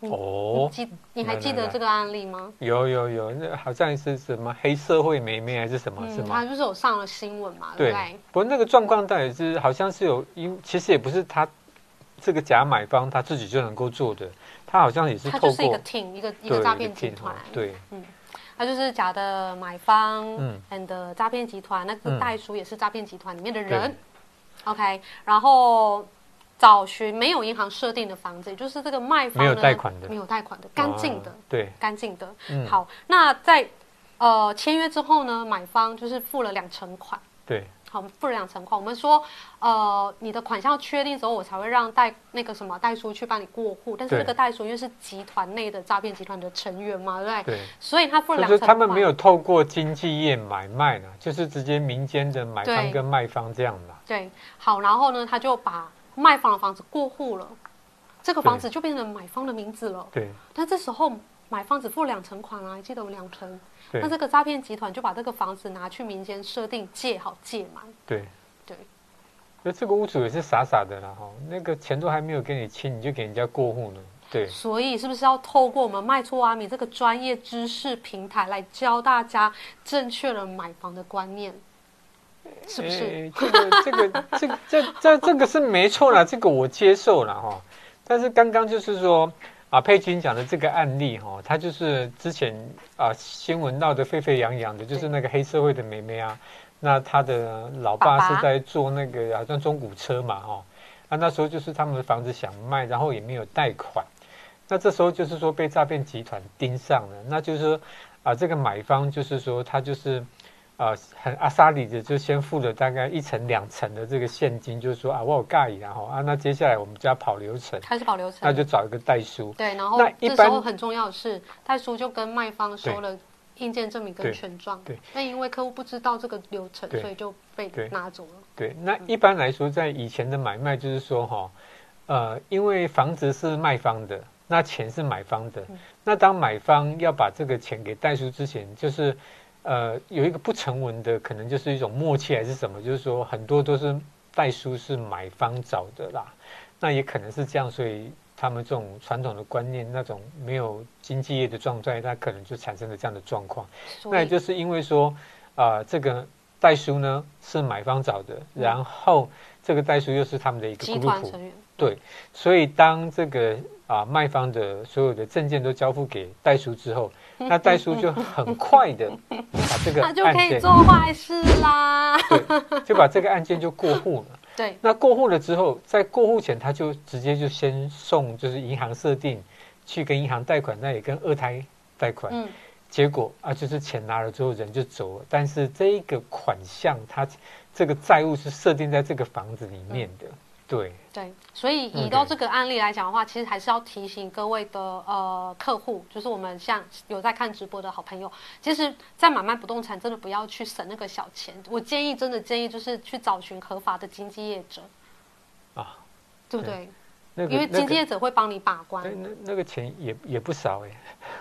B: 你
A: 哦，
B: 记你还
A: 来
B: 记
A: 来
B: 得
A: 来
B: 这个案例吗？
A: 有有有，那好像是什么黑社会妹妹还是什么，是
B: 嗯他
A: 吗？
B: 就是有上了新闻嘛，对
A: 对
B: 不对？，
A: 不过那个状况到底是好像是有，因其实也不是他这个假买方他自己就能够做的，他好像也是
B: 他
A: 透
B: 就是一
A: 过
B: 个 team，一个一
A: 对
B: 个诈
A: 一个
B: 骗集
A: team，
B: 团，
A: 对，
B: 他就是假的买方
A: 嗯
B: ，and 诈骗集团，那个
A: 嗯
B: 袋鼠也是诈骗集团里面的
A: 对
B: 人。OK，然后找寻没有银行设定的房子，也就是这个卖方
A: 没有
B: 呢
A: 贷款的
B: 没有贷款的，干净的
A: 哦，对，
B: 干净的。
A: 嗯，，
B: 好，那在呃签约之后呢，买方就是付了两成款。
A: 对，
B: 好，付了两成款。我们说，呃，你的款项确定之后，我才会让代那个什么代书去帮你过户。但是
A: 对
B: 那个代书因为是集团内的诈骗集团的成员嘛，对不对？
A: 对。
B: 所以他付了
A: 就
B: 两
A: 是
B: 成
A: 他
B: 款。
A: 们没有透过经纪业买卖呢，就是直接民间的买
B: 对
A: 方跟卖方这样啦。
B: 对，好，然后呢，他就把卖方的房子过户了，这个房
A: 对
B: 子就变成买方的名字了。
A: 对
B: 但这时候买方只付两成款啊，还记得有两成。
A: 对
B: 那这个诈骗集团就把这个房子拿去民间设定借好借满。
A: 对
B: 对。
A: 那这个屋主也是傻傻的啦，哈，那个钱都还没有给你清，你就给人家过户呢？对
B: 所以，是不是要透过我们卖出阿米这个专业知识平台来教大家正确的买房的观念？是不是？
A: 诶哎这个这个这个这这这个是没错啦，这个我接受了哈。但是刚刚就是说啊，佩君讲的这个案例哈，他就是之前啊新闻闹得沸沸扬扬的，就是
B: 对
A: 那个黑社会的妹妹啊，那她的老爸
B: 爸爸
A: 是在做那个好像中古车嘛哈，啊那时候就是他们的房子想卖，然后也没有贷款。那这时候就是说被诈骗集团盯上了，那就是说啊，这个买方就是说他就是啊、很阿萨里的，就先付了大概一层两层的这个现金，就是说啊，我有盖然后啊，那接下来我们就要跑流程，
B: 开始保留
A: 那
B: 程。
A: 就找一个代书，
B: 对，然后
A: 那一
B: 这时
A: 般
B: 候很重要的是，代书就跟卖方收
A: 对
B: 了印鉴证明跟
A: 对
B: 权状
A: 对。
B: 那因为客户不知道这个流程，
A: 对
B: 所以就被
A: 对
B: 拿走了。
A: 对，那一般来说，在以前的买卖就是说哈、呃，因为房子是卖方的，那钱是买方的
B: 嗯，
A: 那当买方要把这个钱给代书之前，就是呃有一个不成文的，可能就是一种默契还是什么，就是说很多都是代书是买方找的啦，那也可能是这样，所以。他们这种传统的观念，那种没有经济业的状态，那可能就产生了这样的状况。
B: 所
A: 那也
B: 以
A: 就是因为说，啊、这个代书呢是买方找的，
B: 嗯
A: 然后这个代书又是他们的一个
B: 集团
A: group，
B: 成员
A: 所以当这个啊、卖方的所有的证件都交付给代书之
B: (laughs)
A: 后，那代书就很快的把这个
B: 他就可
A: 案
B: 以
A: 件
B: 做坏事啦。
A: 就把这个案件就过户了。
B: 对，
A: 那过户了之后，在过户前他就直接就先送就是银行设定去跟银行贷款，那也跟二胎贷款。
B: 嗯，
A: 结果啊，就是钱拿了之后人就走了，但是这一个款项它这个债务是设定在这个房子里面
B: 嗯
A: 的，对
B: 对，所以以
A: OK
B: 到这个案例来讲的话，其实还是要提醒各位的呃客户，就是我们像有在看直播的好朋友，其实，在买卖不动产真的不要去省那个小钱，我建议真的建议就是去找寻合法的经纪业者，
A: 啊，
B: 对不对？
A: 那个
B: 因为经纪
A: 那
B: 业者会帮你把关
A: 个，那那个钱也也不少哎，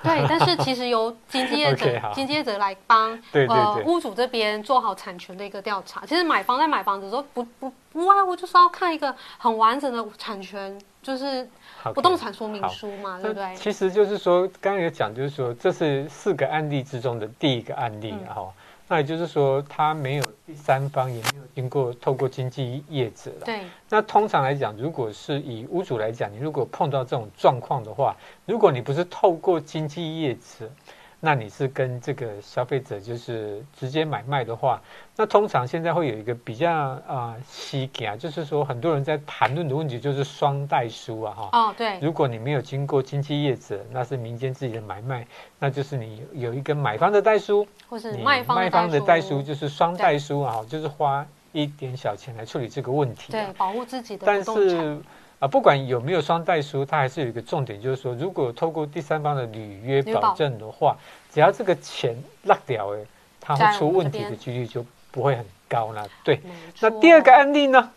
B: 对。但是其实由经纪业
A: (laughs) OK，
B: 者
A: 好
B: 经纪业者来帮
A: (laughs) 对对
B: 呃
A: 对
B: 屋主这边做好产权的一个调查。其实买方在买房子的时候不不不外乎就是要看一个很完整的产权，就是
A: 好
B: 不动。产说明
A: 好
B: 书嘛，对
A: 那
B: 不对？
A: 其实就是说，刚刚有讲，就是说这是四个案例之中的第一个案例
B: 嗯
A: 哈、哦那也就是说，他没有第三方，也没有经过透过经纪业者啦。
B: 对，
A: 那通常来讲，如果是以屋主来讲，你如果碰到这种状况的话，如果你不是透过经纪业者，那你是跟这个消费者就是直接买卖的话，那通常现在会有一个比较啊稀奇啊，就是说很多人在谈论的问题就是双代书啊哈。
B: 哦，对，
A: 如果你没有经过经纪业者，那是民间自己的买卖，那就是你有一个买方的代书，
B: 或是
A: 你
B: 卖方
A: 卖方的代
B: 代
A: 书就是双代书啊，就是花一点小钱来处理这个问题啊、
B: 对，保护自己的
A: 但
B: 不动产，
A: 是啊，不管有没有双代书，它还是有一个重点，就是说，如果透过第三方的履约
B: 履保
A: 保证的话，只要这个钱落掉哎，它
B: 在
A: 会出
B: 我们
A: 问
B: 这
A: 题的
B: 边
A: 几率就不会很高啦。对，
B: 没
A: 那
B: 错
A: 第二个案例呢？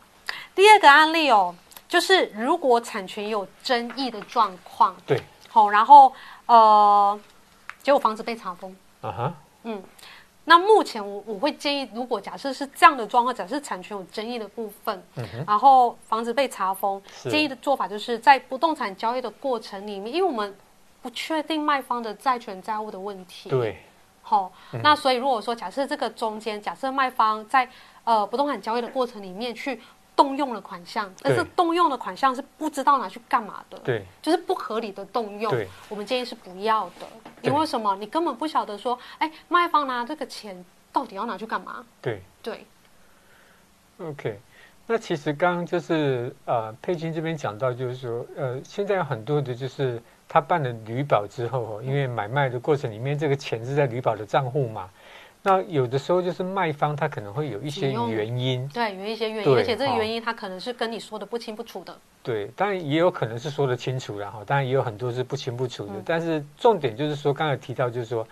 B: 第二个案例哦，就是如果产权有争议的状况，
A: 对，
B: 好、然后呃，结果房子被查封，
A: 啊哈，
B: 嗯，那目前我我会建议，如果假设是这样的状况，假设产权有争议的部分，
A: 嗯哼，
B: 然后房子被查封，
A: 是
B: 建议的做法就是在不动产交易的过程里面，因为我们不确定卖方的债权债务的问题，
A: 对，嗯
B: 好、那所以如果说假设这个中间，假设卖方在呃不动产交易的过程里面去动用了款项，但是
A: 对
B: 动用的款项是不知道拿去干嘛的，
A: 对，
B: 就是不合理的动用
A: 对，
B: 我们建议是不要的，
A: 对
B: 因为什么？你根本不晓得说，哎，卖方拿这个钱到底要拿去干嘛？
A: 对
B: 对，
A: ，OK。那其实刚刚就是呃，佩君这边讲到，就是说呃，现在有很多的就是他办了旅保之后哦，因为买卖的过程里面，这个钱是在旅保的账户嘛。那有的时候就是卖方他可能会有一些
B: 引用
A: 原因，
B: 对，有一些原因，
A: 对
B: 而且这个
A: 好
B: 原因他可能是跟你说的不清不楚的，
A: 对，当然也有可能是说得清楚啦，然后当然也有很多是不清不楚的。
B: 嗯
A: 但是重点就是说，刚才提到就是说，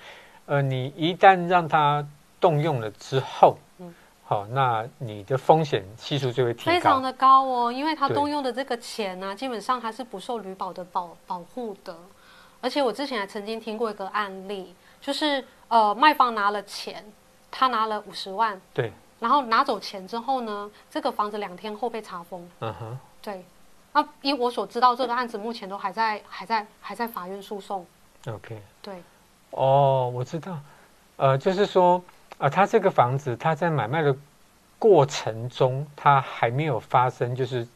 A: 呃，你一旦让它动用了之后，
B: 嗯
A: 好，那你的风险系数就会提高。
B: 非常的高哦，因为他
A: 对
B: 动用的这个钱呢、基本上他是不受旅保的保保护的。而且我之前还曾经听过一个案例，就是呃卖方拿了钱，他拿了五十万，
A: 对，
B: 然后拿走钱之后呢，这个房子两天后被查封。
A: 嗯哼，
B: 对，啊，以我所知道，这个案子目前都还在还在还在法院诉讼。
A: OK，
B: 对，
A: 哦，我知道，呃，就是说，呃，他这个房子他在买卖的过程中，他还没有发生就是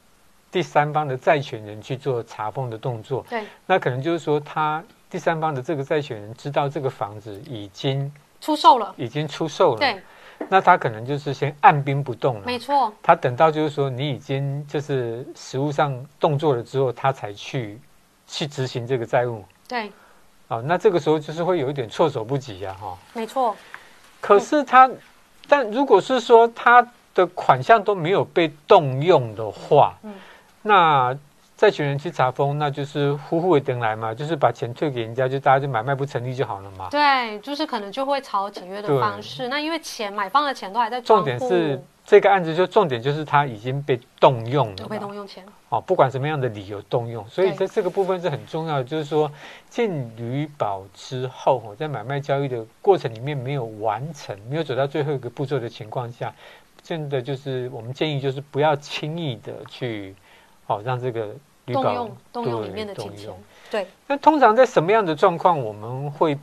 A: 第三方的债权人去做查封的动作。
B: 对，
A: 那可能就是说，他第三方的这个债权人知道这个房子已经
B: 出售了。
A: 已经出售了，
B: 对，
A: 那他可能就是先按兵不动
B: 没
A: 了。
B: 错，
A: 他等到就是说你已经就是实物上动作了之后，他才去去执行这个债务
B: 对，
A: 啊、那这个时候就是会有一点措手不及啊呀、哈、
B: 没错，
A: 可是他，但如果是说他的款项都没有被动用的话，
B: 嗯
A: 那债权人去查封，那就是呼呼的登来嘛，就是把钱退给人家，就大家就买卖不成立就好了嘛。
B: 对，就是可能就会朝解约的
A: 对
B: 方式。那因为钱买方的钱都还在
A: 重
B: 账
A: 点
B: 户，
A: 是这个案子就重点就是他已经被动用了
B: 就会动
A: 嘛，
B: 用钱。
A: 哦，不管什么样的理由动用，所以在
B: 对
A: 这个部分是很重要的，就是说进旅保之后，哦在买卖交易的过程里面没有完成，没有走到最后一个步骤的情况下，真的就是我们建议就是不要轻易的去，哦，让这个旅
B: 动
A: 保
B: 用动用里面的
A: 对
B: 金
A: 动
B: 钱
A: 用，
B: 对，
A: 那通常在什么样的状况我们会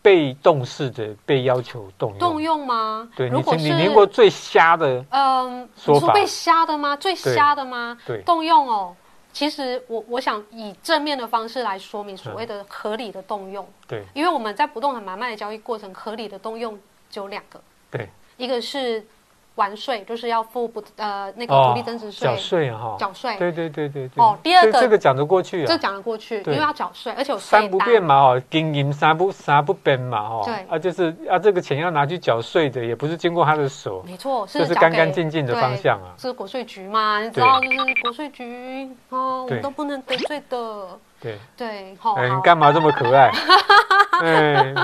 A: 被动式的被要求动用？
B: 动用吗？
A: 对，
B: 如
A: 你
B: 果
A: 听
B: 是
A: 你听过最瞎的，
B: 嗯，
A: 说
B: 你
A: 法
B: 说被瞎的吗？最
A: 对
B: 瞎的吗？
A: 对
B: 动用哦。其实我我想以正面的方式来说明
A: 嗯
B: 所谓的合理的动用，
A: 对
B: 因为我们在不动产买卖的交易过程，合理的动用只有两个，
A: 对，
B: 一个是完税，就是要付不呃那个
A: 哦，
B: 土地增值税、
A: 缴税啊哈，
B: 缴税，
A: 对对对对对。
B: 哦第二
A: 这
B: 个
A: 这个讲得过去
B: 这
A: 啊，
B: 讲得过去，因
A: 对
B: 为要缴税，而且有
A: 三
B: 税
A: 不
B: 单，
A: 变嘛哦，经营三不三不变嘛哦，
B: 对
A: 啊就是啊这个钱要拿去缴税的，也不是经过他的手，
B: 没错，是
A: 这是
B: 交
A: 干干
B: 给
A: 净净的
B: 对
A: 方向啊，
B: 是国税局嘛，你知道就是国税局哦，我
A: 对
B: 们都不能得罪的。
A: 对，
B: 对，好，
A: 哎，
B: 好
A: 你干嘛这么可
B: (laughs)
A: 爱？哎，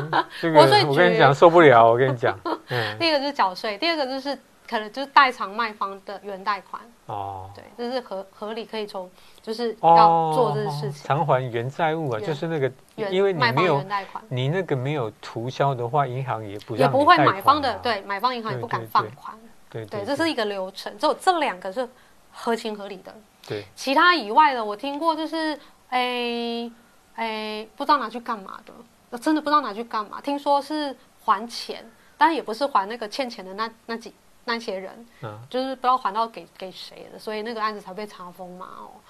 A: 这个
B: 国税局
A: 我跟你讲受不了，我跟你
B: (laughs)
A: 讲，嗯，
B: 第一个就是缴税，第二个就是可能就是代偿卖方的原贷款，
A: 哦。
B: 对，这是合合理可以从就是
A: 哦
B: 要做这个事情，
A: 偿还原债务啊，
B: 原
A: 就是那个，
B: 原
A: 哦因为你
B: 卖
A: 没
B: 方
A: 有
B: 原贷款
A: 你那个没有涂销的话，银行也不
B: 也
A: 让
B: 不
A: 你
B: 会
A: 贷
B: 买
A: 款
B: 方的
A: 啊，
B: 对买方银行也
A: 对
B: 不
A: 对
B: 敢
A: 对
B: 放款，
A: 对
B: 对，
A: 对，
B: 这是一个流程，只有这两个是合情合理的，
A: 对
B: 其他以外的我听过就是诶诶不知道拿去干嘛的，我真的不知道拿去干嘛，听说是还钱，但也不是还那个欠钱的那那几那些人，
A: 嗯，
B: 就是不知道还到给给谁了，所以那个案子才被查封嘛。哦，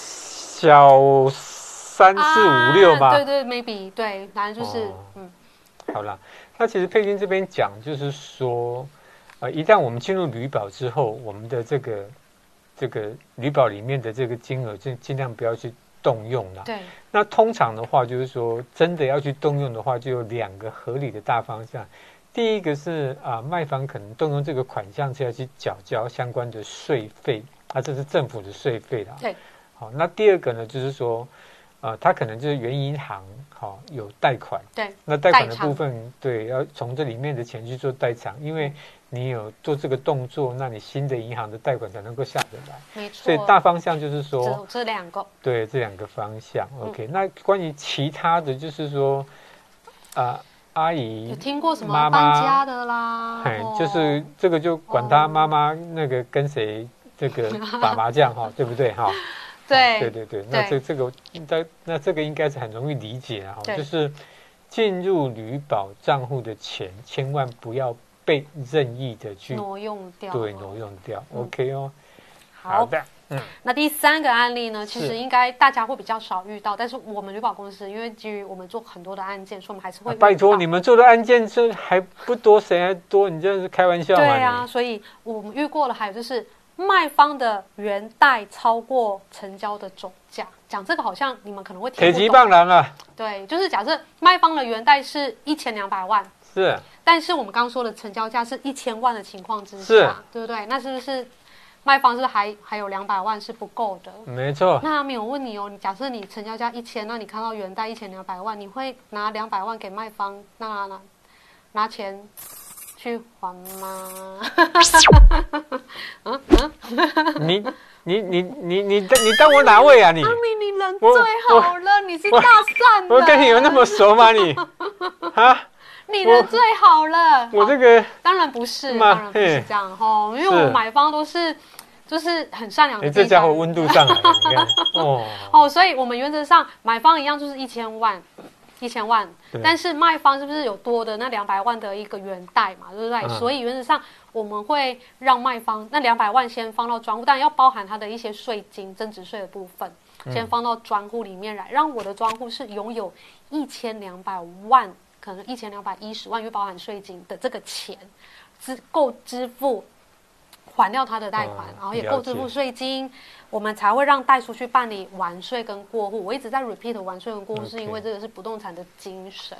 A: 小三四五六吧，
B: 啊对对，maybe 对，反正就是、
A: 哦
B: 嗯，
A: 好啦，那其实佩君这边讲就是说，呃，一旦我们进入旅保之后，我们的这个这个旅保里面的这个金额，尽尽量不要去动用啦。
B: 对
A: 那通常的话，就是说真的要去动用的话，就有两个合理的大方向。第一个是啊、卖方可能动用这个款项是要去缴交相关的税费，啊，这是政府的税费啦。
B: 对
A: 好，那第二个呢，就是说，啊、它可能就是原银行好、有贷款，
B: 对，
A: 那贷款
B: 代
A: 的
B: 偿
A: 部分对要从这里面的钱去做代偿，因为你有做这个动作，那你新的银行的贷款才能够下得来。
B: 没
A: 所
B: 错
A: 以。大方向就是说
B: 这，嗯这两个
A: 对这两个方向，OK、那关于其他的，就是说，啊、阿姨
B: 有听过什么
A: 妈妈
B: 搬家的啦？
A: 哎
B: 哦，
A: 就是这个就管他
B: 哦
A: 妈妈那个跟谁这
B: (laughs)
A: 个打麻将哈，对不对哈？
B: 对
A: 对对对，那这
B: 对
A: 这个应该那这个应该是很容易理解啊，
B: 对
A: 就是进入旅保账户的钱，千万不要被任意的去
B: 挪用掉。
A: 对挪。用掉、
B: 嗯
A: o k 哦，好
B: 好，
A: 的，嗯，
B: 那第三个案例呢，其
A: 是
B: 实应该大家会比较少遇到，但是我们旅保公司，因为基于我们做很多的案件，所以我们还是会、
A: 啊拜托你。们做的案件这还不多，谁还多？你这是开玩笑
B: 对
A: 吗？
B: 啊，所以我们遇过了，还有就是卖方的原贷超过成交的总价。讲这个好像你们可能会
A: 你铁
B: 听不
A: 骑
B: 懂。
A: 棒郎啊，
B: 对，就是假设卖方的原贷是一千两百万，
A: 是
B: 但是我们刚刚说的成交价是一千万的情况之
A: 是
B: 下，对不对？那是不是卖方是不是还还有两百万是不够的？
A: 没
B: (laughs)
A: 错，
B: 那没有问你哦，你假设你成交价一千，那你看到原贷一千两百万，你会拿两百万给卖方，那拿拿钱去还吗？
A: 你你你你你你当我哪位啊你？
B: 阿明，你人
A: 我
B: 最好了，你是大善人，
A: 我跟你有那么熟吗
B: (laughs)
A: 你？啊，
B: 你
A: 我
B: 人最好了。
A: 我
B: 好
A: 这个
B: 当然不是，
A: 嘛
B: 当然不是
A: 嘿
B: 这样吼，因为
A: 是
B: 我买方都是就是很善良
A: 哎、
B: 的
A: 这
B: 第三
A: 家伙
B: 人
A: 温度上来了，你看哦，
B: 哦，所以我们原则上买方一样就是一千万，一千万
A: 对，
B: 但是卖方是不是有多的那两百万的一个原贷嘛，对不对？
A: 嗯
B: 所以原则上我们会让卖方那两百万先放到专户，但要包含他的一些税金、增值税的部分，
A: 嗯
B: 先放到专户里面来，让我的专户是拥有一千两百万，可能一千两百一十万，又包含税金的这个钱，支够支付还掉他的贷款
A: 嗯，
B: 然后也
A: 了
B: 够支付
A: 解
B: 税金，我们才会让代书去办理完税跟过户。我一直在 repeat 完税跟过户，是因
A: OK
B: 为这个是不动产的精神，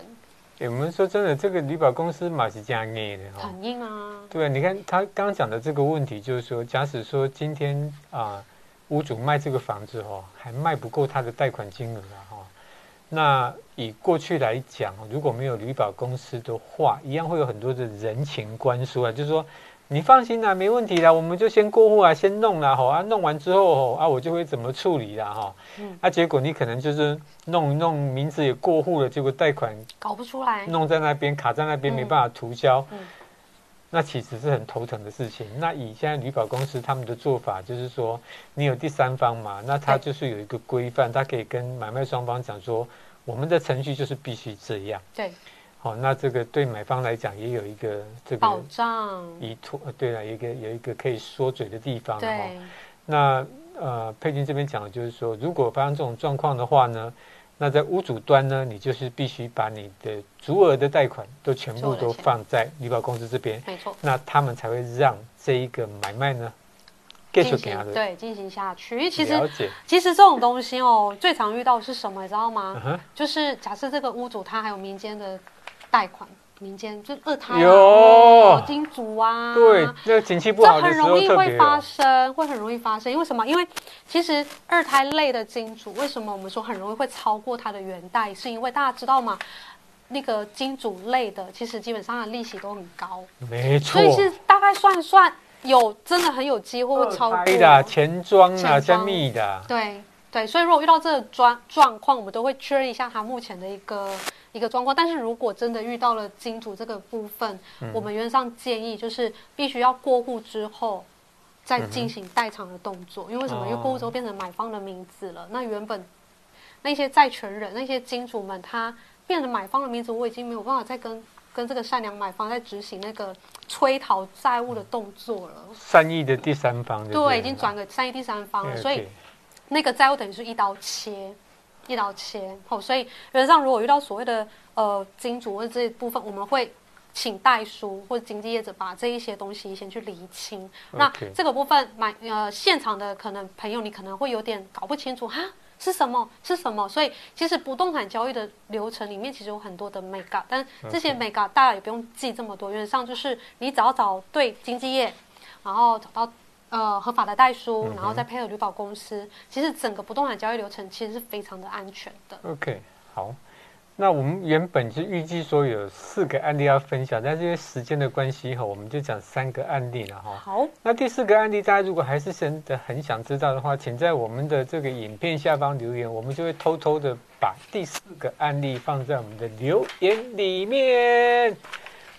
A: 哎我们说真的，这个旅保公司嘛是这样硬的哈、
B: 很硬啊。
A: 对啊，你看他刚刚讲的这个问题，就是说，假使说今天啊、屋主卖这个房子哦，还卖不够他的贷款金额啊哈、那以过去来讲，如果没有旅保公司的话，一样会有很多的人情官司啊，就是说。你放心啦、没问题啦，我们就先过户啊，先弄啦，吼啊，弄完之后吼啊，我就会怎么处理啦，哈，
B: 嗯
A: 啊，结果你可能就是弄一弄，名字也过户了，结果贷款
B: 搞不出来。
A: 弄在那边卡在那边
B: 嗯
A: 没办法涂销，
B: 嗯
A: 那其实是很头疼的事情。那以现在旅保公司他们的做法，就是说你有第三方嘛，那他就
B: 对
A: 是有一个规范，他可以跟买卖双方讲说，我们的程序就是必须这样。
B: 对，
A: 好、那这个对买方来讲也有一个这
B: 保
A: 个
B: 障，
A: 依托，呃对了，有一个有一个可以说嘴的地方了啊哦哈。
B: 对，
A: 那呃，佩君这边讲的就是说，如果发生这种状况的话呢，那在屋主端呢，你就是必须把你的足额的贷款都全
B: 足
A: 部
B: 额的
A: 都
B: 钱
A: 放在旅保公司这边，
B: 没错。
A: 那他们才会让这一个买卖呢，继续
B: 进
A: 给他
B: 行
A: 的
B: 对进行下去，因为其
A: 了
B: 实
A: 解，
B: 其实这种东西哦，最常遇到的是什么，你知道吗？
A: 嗯哼，
B: 就是假设这个屋主他还有民间的贷款，民间就二胎、啊、
A: 有
B: 哦金主啊，
A: 对，那个景气不
B: 这
A: 好的
B: 很
A: 时
B: 容
A: 候
B: 易
A: 特别哦
B: 会发
A: 有，
B: 生，会很容易发生。因为什么？因为其实二胎类的金主，为什么我们说很容易会超过它的原贷？是因为大家知道吗？那个金主类的，其实基本上它的利息都很高，
A: 没错
B: 所，以是大概算一算，有真的很有机会会超过。
A: 拍的啊钱庄啊，
B: 钱
A: 加
B: 庄
A: 密的啊，
B: 对对，所以如果遇到这个状状况，我们都会确认一下他目前的一个一个状况。但是如果真的遇到了金主这个部分，
A: 嗯
B: 我们原则上建议就是必须要过户之后。再进行代偿的动作，因为什么？因为过户之后变成买方的名字了。那原本那些债权人、那些金主们，他变成买方的名字，我已经没有办法再跟跟这个善良买方在执行那个催讨债务的动作了。
A: 善意的第三方就
B: 嗯对，
A: 了
B: 已经转给善意第三方了，
A: OK
B: 所以那个债务等于是一刀切，一刀切。好、所以原则上如果遇到所谓的呃金主或者这一部分，我们会请代书或者经纪业者把这一些东西先去厘清。那
A: OK
B: 这个部分买呃现场的可能朋友你可能会有点搞不清楚哈。是什么？是什么？所以其实不动产交易的流程里面，其实有很多的 make up，但这些 make up 大家也不用记这么多。原则上就是你只要找对经纪业，然后找到呃合法的代书，
A: 嗯哼
B: 然后再配合旅保公司，其实整个不动产交易流程其实是非常的安全的。
A: OK，好。那我们原本是预计说有四个案例要分享，但是因为时间的关系哈，我们就讲三个案例了哈。
B: 好，
A: 那第四个案例，大家如果还是真的很想知道的话，请在我们的这个影片下方留言，我们就会偷偷的把第四个案例放在我们的留言里面。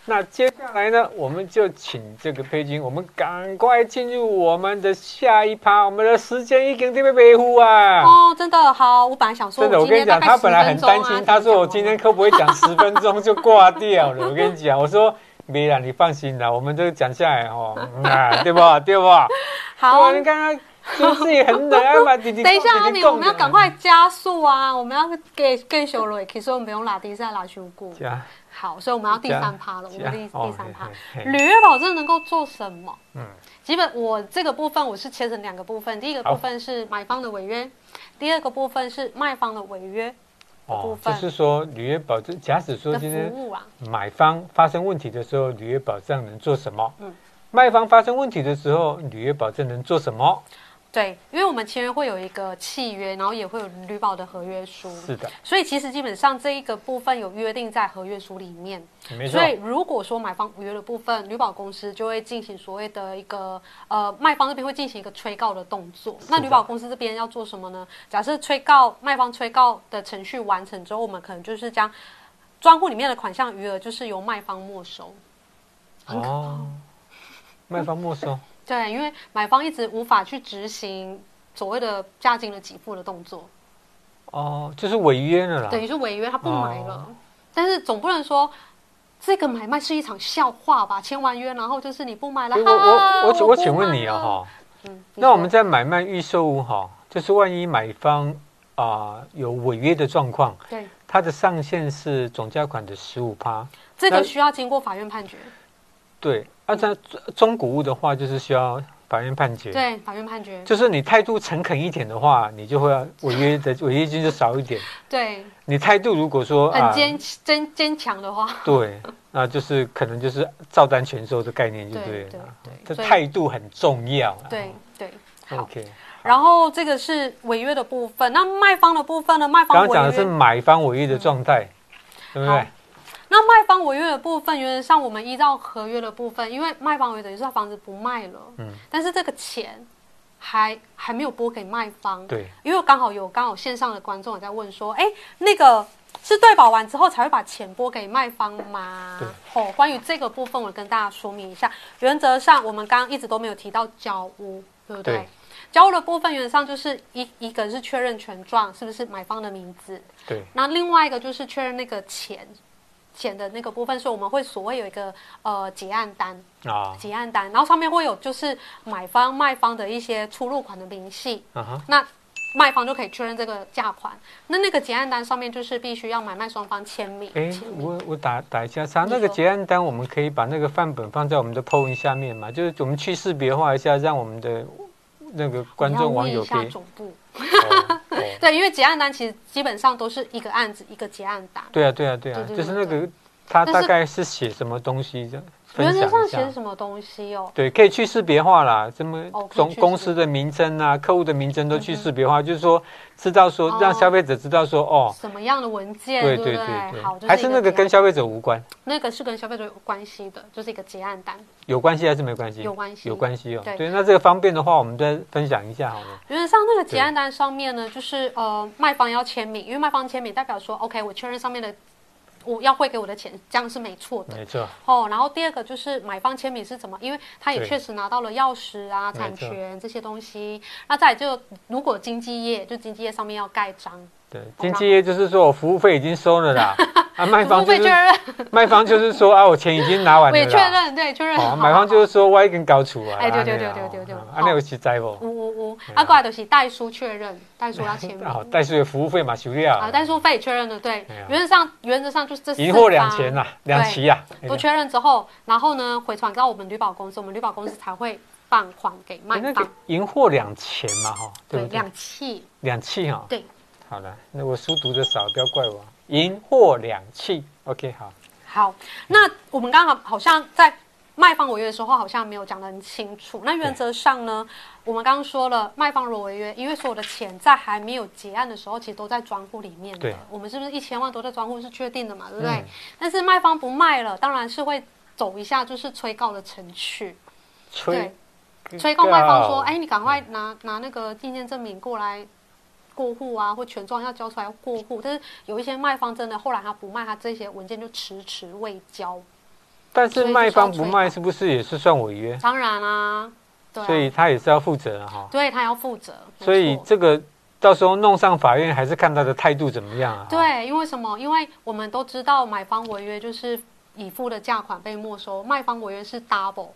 A: 那接下来呢，我们就请这个佩君，我们赶快进入我们的下一趴，我们的时间已经特别维护啊。
B: 哦，真的好，我本来想说，
A: 真的，我
B: 今
A: 跟你
B: 天大
A: 讲，
B: 概
A: 他本来很
B: 10分
A: 担
B: 钟啊
A: 心，他说我今天可不可以讲十分
B: (laughs)
A: 钟就挂掉了。我跟你讲，我说没啦，你放心啦，我们都讲下来哦，嗯
B: (laughs)
A: 啊，对吧？对吧？
B: 好
A: 对啊，你看他就是也很冷，要把弟弟
B: 等一下，
A: 弟弟
B: 阿明，
A: 供
B: 我们要
A: 的
B: 赶快加速啊！我们要给给修瑞，可以说我们不用拉低赛拉修固。
A: 加
B: 好，所以我们要第
A: 加
B: 三趴了，我们
A: 加
B: 第
A: 哦
B: 第三趴，
A: 嘿嘿嘿
B: 履约保证能够做什么？
A: 嗯
B: 基本我这个部分我是切成两个部分，第一个
A: 好
B: 部分是买方的违约，第二个部分是卖方的违约部
A: 哦，就
B: 分
A: 是说履约保证，假使说
B: 的
A: 今
B: 服
A: 天
B: 务啊。
A: 买方发生问题的时候，履约保障能做什么？
B: 嗯
A: 卖方发生问题的时候，履约保证能做什么？
B: 对，因为我们签约会有一个契约，然后也会有履保的合约书，
A: 是的，
B: 所以其实基本上这一个部分有约定在合约书里面。
A: 没错
B: 所。以，如果说买方违约的部分，旅保公司就会进行所谓的一个呃，卖方这边会进行一个催告的动作。那
A: 的
B: 旅保公司这边要做什么呢？假设催告卖方催告的程序完成之后，我们可能就是将专户里面的款项余额就是由卖方没收。很可怕
A: 哦，卖方没收。
B: 对，因为买方一直无法去执行所谓的价金的给付的动作，
A: 哦，就是违约了啦。
B: 等于是违约，他不买了。
A: 哦
B: 但是总不能说这个买卖是一场笑话吧？签完约，然后就是你不买了，
A: 诶
B: 哈
A: 我我我请
B: 我
A: 我
B: 不
A: 请问
B: 买
A: 你啊
B: 了
A: 哈，
B: 嗯，你
A: 那我
B: 说
A: 们在买卖预售屋哈，就是万一买方啊、有违约的状况，
B: 对
A: 它的上限是总价款的十五趴。
B: 这
A: 那
B: 个需要经过法院判决，
A: 对，
B: 嗯
A: 按照中古屋的话，就是需要法院判决。，
B: 对法院判决，
A: 就是你态度诚恳一点的话，你就会要违约
B: (laughs)
A: 的违约金就少一点。
B: 对，
A: 你态度如果说
B: 很
A: 啊，
B: 坚坚坚强的话，
A: 对，那就是可能就是照单全收的概念，就对
B: 对
A: 了。
B: 对
A: 这
B: 所以
A: 态度很重要啊。
B: 对对。好，哦
A: OK，
B: 然后这个是违约的部分，那卖方的部分呢？卖
A: 刚刚
B: 方
A: 讲的
B: 违
A: 是
B: 约，
A: 买方违约的状态，对不对
B: 嗯好？那卖方违约的部分，原则上我们依照合约的部分，因为卖方违约等于是他房子不卖了，
A: 嗯
B: 但是这个钱还还没有拨给卖方，
A: 对，
B: 因为刚好有刚好线上的观众也在问说，哎，那个是对保完之后才会把钱拨给卖方吗
A: 对？
B: 哦，关于这个部分，我跟大家说明一下，原则上我们刚刚一直都没有提到交屋，对不对？
A: 对
B: 交屋的部分原则上就是一一个是确认权状是不是买方的名字，
A: 对，
B: 那另外一个就是确认那个钱钱的那个部分，所以我们会所谓有一个呃结案单，
A: 啊，
B: 结案单，然后上面会有就是买方卖方的一些出入款的明细，
A: 啊哈，
B: 那卖方就可以确认这个价款。那那个结案单上面就是必须要买卖双方签名。
A: 哎，
B: 签名
A: 我我打打一下叉，
B: 你
A: 那个
B: 说
A: 结案单我们可以把那个范本放在我们的 PO 文下面嘛，就是我们去识别化一下，让我们的那个观众
B: 我要
A: 网
B: 问
A: 友
B: 一
A: 可
B: 下
A: 以。
B: 总部，
A: 哦哦
B: (laughs) 对，因为结案单其实基本上都是一个案子一个结案单。
A: 对啊，对啊，对啊，
B: 对对
A: 就是
B: 对
A: 那个他
B: 但
A: 大
B: 是
A: 概是写什么东西的，分
B: 原则
A: 享
B: 上
A: 一
B: 写
A: 下。
B: 什么东西哦？
A: 对，可以去识别化啦，什么
B: 哦可以
A: 总
B: 去识
A: 公
B: 别
A: 司的名称啊、客户的名称都去
B: 嗯哼
A: 识别化，就是说知道说让
B: 哦
A: 消费者知道说哦，
B: 什么样的文件，
A: 对
B: 不
A: 对
B: 好，就
A: 对，还是
B: 一
A: 那个
B: 结
A: 跟消费者无关，
B: 那个是跟消费者有关系的，就是一个结案单。
A: 有关系还是没关系？
B: 有关
A: 嗯
B: 系
A: 有关系哦。
B: 对
A: 对，那这个方便的话，我们再分享一下好了。
B: 原则上，那个结案单上面呢，就是呃，卖方要签名，因为卖方签名代表说，OK，我确认上面的我要汇给我的钱，这样是没错的。
A: 没错，
B: 哦，然后第二个就是买方签名是怎么，因为他也
A: 对
B: 确实拿到了钥匙啊、产
A: 没错
B: 权这些东西。那再来就如果经纪业，就经纪业上面要盖章，
A: 对，经纪业就是说我服务费已经收了
B: (laughs)
A: 啦，啊，卖
B: 服
A: 方
B: 务
A: 就
B: 费确
A: 是
B: 认，
A: 卖方就是说啊，我钱已经拿完
B: 我
A: 了
B: 也确
A: 啦。
B: 认，对，确认。
A: 哦，买方就是
B: 是
A: 说我已经搞出啊，
B: 哎对
A: 安尼
B: 对
A: 啦
B: 对对
A: 哦
B: 对对
A: 安尼
B: 好
A: 有实在不？
B: 呜呜呜，啊，过来就是代书确认，代书要签
A: (laughs)
B: 名。
A: 哦，但是服务费嘛，收了
B: 啊，
A: 啊，
B: 代书费也确认了，对
A: 哎呀，
B: 原则上原则上就是这
A: (laughs)
B: 四
A: 银货两钱
B: 方
A: 呐，两啊期呀，
B: 都确认之后，然后呢回传到我们旅保公司，我们旅保公司才会放款给卖
A: 哎那
B: 方
A: 个，银货两钱嘛，哈，对
B: 对，
A: 不对？
B: 两期，
A: 两气哈。
B: 对，
A: 好了，那我书读的少，不要怪我。银货两气，OK，好，
B: 好，那我们刚好好像在卖方违约的时候好像没有讲得很清楚。那原则上呢，我们刚刚说了，卖方如果违约，因为所有的钱在还没有结案的时候，其实都在专户里面的
A: 对。
B: 我们是不是一千万都在专户是确定的嘛？对不对？
A: 嗯
B: 但是卖方不卖了，当然是会走一下就是催告的程序。
A: 催嗯
B: 催告卖方说：“哎、，你赶快拿拿那个印鉴证明过来过户啊，或权状要交出来要过户。”但是有一些卖方真的后来他不卖，他这些文件就迟迟未交。
A: 但是
B: 所以就是
A: 卖方不
B: 要催
A: 卖
B: 告
A: 是不是也是算违约？
B: 当然啊，对啊
A: 所以他也是要负责的啊哈。
B: 对他要负责。没
A: 所以
B: 错
A: 这个到时候弄上法院，还是看他的态度怎么样啊。哈，
B: 对，因为什么？因为我们都知道买方违约就是已付的价款被没收，卖方违约是 double。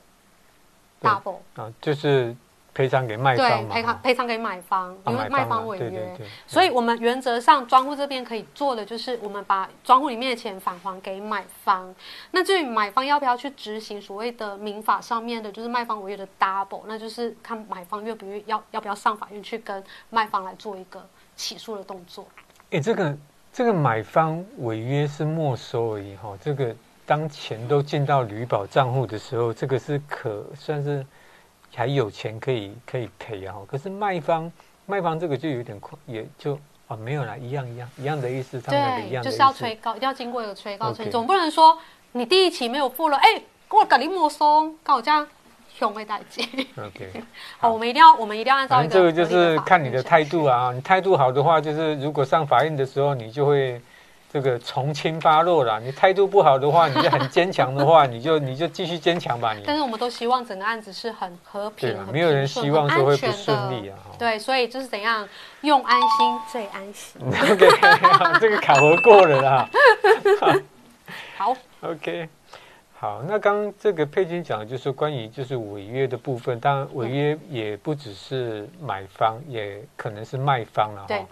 A: 对
B: double
A: 啊，就是赔偿给卖方
B: 对
A: 嘛。
B: 赔偿
A: 哈
B: 赔偿给买方，
A: 啊
B: 因为卖
A: 嘛
B: 方违
A: 对对
B: 约，
A: 对
B: 所以我们原则上专户这边可以做的就是，我们把专户里面的钱返还给买方。那至于买方要不要去执行所谓的民法上面的，就是卖方违约的 double，那就是看买方愿不愿意要要不要上法院去跟卖方来做一个起诉的动作。
A: 哎，这个这个买方违约是没收而已哈，这个当钱都进到旅保账户的时候，这个是可算是还有钱可以可以赔啊。哈可是卖方卖方这个就有点困，也就啊没有啦，一样一样一样的意思，他们两个一
B: 对，
A: 样的
B: 就
A: 意
B: 是要
A: 思
B: 催。告，一定要经过一个催告程序
A: OK
B: 总不能说你第一期没有付了，哎、我给你没收，搞这样熊的代际。
A: OK，
B: 好，我们一定 (laughs) 要，我们一定要按照
A: 反
B: 一
A: 正
B: 个
A: 这个就
B: 合理
A: 是
B: 的法
A: 看你
B: 律
A: 的
B: 程
A: 态
B: 序
A: 度啊，你态度好的话，就是如果上法院的时候，你就会。这个从轻发落啦，你态度不好的话，你就很坚强的话，你就你就继续坚强吧，你。
B: 但是我们都希望整个案子是很和平、
A: 对啊
B: 很
A: 没有人
B: 平顺
A: 希望
B: 很
A: 说会
B: 安全
A: 不顺利啊
B: 的
A: 哈
B: 对，所以就是怎样用安心最安心。
A: (laughs) OK，好这个考核过了啦。
B: 好，
A: OK，好，那刚刚这个佩君讲的就是关于就是违约的部分，当然违约也不只是买方，也可能是卖方了
B: 对
A: 哈。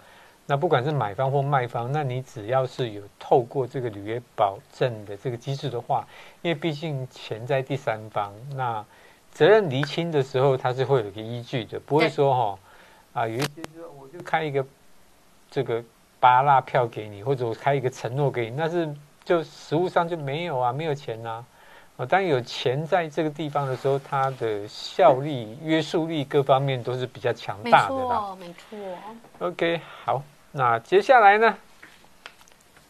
A: 那不管是买方或卖方，那你只要是有透过这个履约保证的这个机制的话，因为毕竟钱在第三方，那责任厘清的时候，它是会有一个依据的，不会
B: 对
A: 说哈、啊，有一些就是我就开一个这个八辣票给你，或者我开一个承诺给你，那是就实物上就没有啊，没有钱呐、啊。哦，当有钱在这个地方的时候，它的效力、约束力各方面都是比较强
B: 没
A: 大的啦。
B: 错，没错。
A: OK，好，那接下来呢，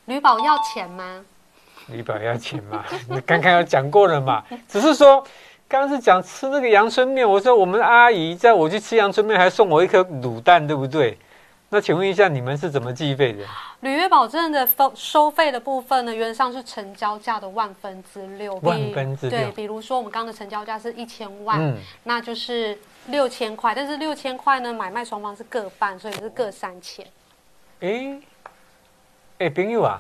B: 吕宝要钱吗？
A: 李宝要钱嘛？ (laughs) 你刚刚有讲过了嘛？只是说，刚刚是讲吃那个阳春面，我说我们阿姨在我去吃阳春面，还送我一颗卤蛋，对不对？那请问一下，你们是怎么计费的？
B: 履约保证的收收费的部分呢，原则上是成交价的万分之六，比
A: 万分之六
B: 对，比如说我们刚刚的成交价是一千万，
A: 嗯，
B: 那就是六千块，但是六千块呢，买卖双方是各半，所以是各三千。
A: 诶，诶，朋友啊，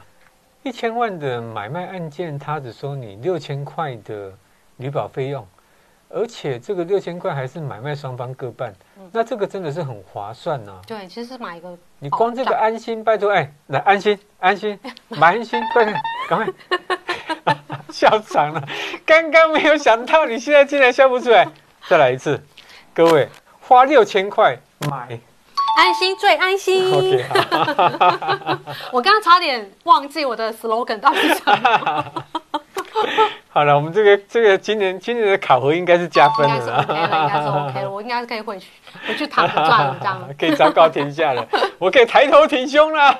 A: 一千万的买卖案件，他只收你六千块的旅保费用，而且这个六千块还是买卖双方各半，那这个真的是很划算啊呐、
B: 对，其实是买一个
A: 你
B: 保
A: 光这个
B: 障
A: 安心，拜托，哎，来安心，安心，买安心，快点，赶快，笑场了。刚刚没有想到，你现在竟然笑不出来。再来一次，各位，花六千块买
B: 安心最安心。
A: (laughs) ，OK，好，
B: 我刚刚差点忘记我的 slogan 到底是
A: (laughs)
B: 什么，
A: 好了，我们这个这个今年今年的考核应该是加
B: 应
A: 分
B: 该是
A: 了
B: OK 了，应该是
A: 啦
B: OK 了，我应该是可以回去回去躺着赚了这
A: (laughs)
B: 样。
A: 可以昭告天下
B: (laughs)
A: 了，我可以抬头挺胸了。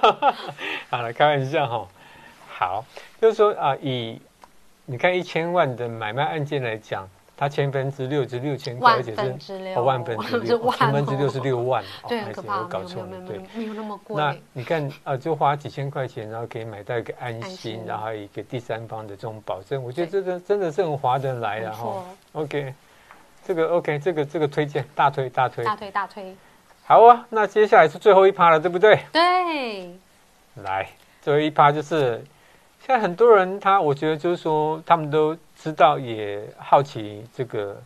A: (laughs) 好了，开玩笑哈。好，就是说啊，以你看一千万的买卖案件来讲，它千分之六是六千块，而
B: 万
A: 且
B: 分
A: 是
B: 之六，
A: 哦万分之
B: 是
A: 六，哦
B: (laughs) 万哦
A: 千分之六是六万，哦
B: 对，
A: 还
B: 很
A: 是
B: 可怕，
A: 我
B: 没
A: 搞
B: 有没
A: 错
B: 有
A: 了
B: 没有，没
A: 对
B: 有。没有那么贵。
A: 那你看啊，就花几千块钱，然后可以买到一个安
B: 安
A: 心，
B: 心
A: 然后还有一个第三方的这种保证，我觉得这
B: 对
A: 个真的是很划得来
B: 没
A: 然后
B: 错，
A: OK，这个 OK，这个这个推荐大推大推。
B: 大推大推，
A: 好啊，那接下来是最后一趴了，对不对？
B: 对，
A: 来，最后一趴就是现在很多人他，我觉得就是说他们都知道，也好奇这个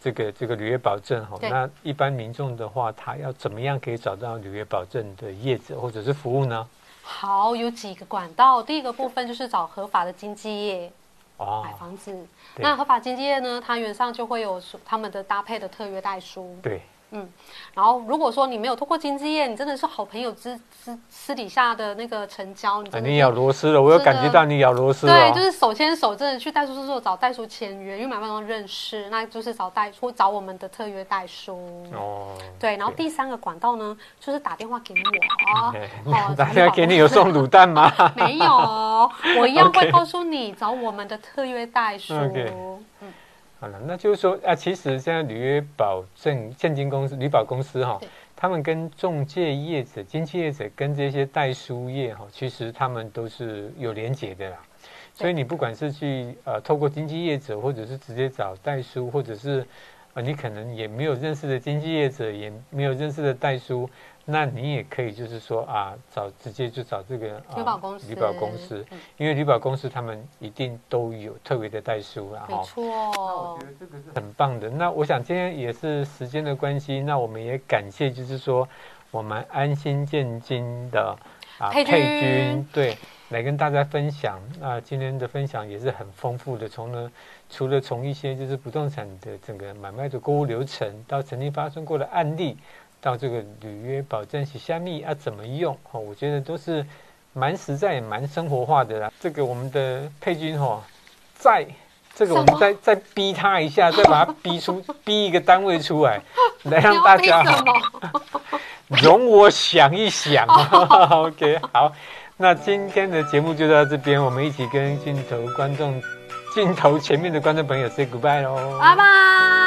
A: 这个这个履约保证哈。
B: 对
A: 那一般民众的话，他要怎么样可以找到履约保证的业者或者是服务呢？
B: 好，有几个管道，第一个部分就是找合法的经纪业
A: 哦
B: 买，房子。
A: 对
B: 那合法经纪业呢，它原上就会有属他们的搭配的特约代书。
A: 对，
B: 嗯，然后如果说你没有通过经纪业，你真的是好朋友之之私底下的那个成交，你
A: 哎
B: 真的
A: 你咬螺丝了，我有
B: 真的
A: 感觉到你咬螺丝了
B: 对，
A: 哦。
B: 就是手牵手真的去代书所找代书签约，因为买卖方认识，那就是找代或找我们的特约代书。
A: 哦，
B: 对，然后第三个管道呢，就是打电话
A: (laughs)
B: 给我。
A: 哎
B: 哦
A: 大家给你有送卤蛋吗？
B: 没有，我一样
A: 嗯 OK
B: 会告诉你找我们的特约代书。
A: OK
B: 嗯，
A: 好了，那就是说啊，其实现在履约保证现金公司、履保公司哈、
B: 对
A: 他们跟中介业者、经纪业者跟这些代书业哈、其实他们都是有连结的啦。所以你不管是去呃透过经纪业者，或者是直接找代书，或者是呃你可能也没有认识的经纪业者，也没有认识的代书，那你也可以就是说啊找直接就找这个啊
B: 旅保公司，
A: 旅保公司，
B: 嗯
A: 因为旅保公司他们一定都有特别的代书啦哈。
B: 没错。
A: 这个是很棒的。那我想今天也是时间的关系，那我们也感谢，就是说我们安心建金的啊
B: 佩君
A: 对，来跟大家分享。那今天的分享也是很丰富的，从呢除了从一些就是不动产的整个买卖的购物流程，到曾经发生过的案例，到这个履约保证是虾米啊怎么用哦，我觉得都是蛮实在也蛮生活化的啦。这个我们的佩君哦，在这个我
B: 什
A: 们
B: 么
A: 再再逼他一
B: (laughs)
A: 下，再把他逼出逼一个单位出来，来
B: 你
A: 让
B: 要
A: 大
B: 为
A: 家 (laughs)
B: 什么？
A: 容我想一想。OK，好，
B: 哦
A: (laughs) 那今天的节目就到这边，我们一起跟镜头观众、镜头前面的观众朋友 say goodbye 喽，
B: 拜拜。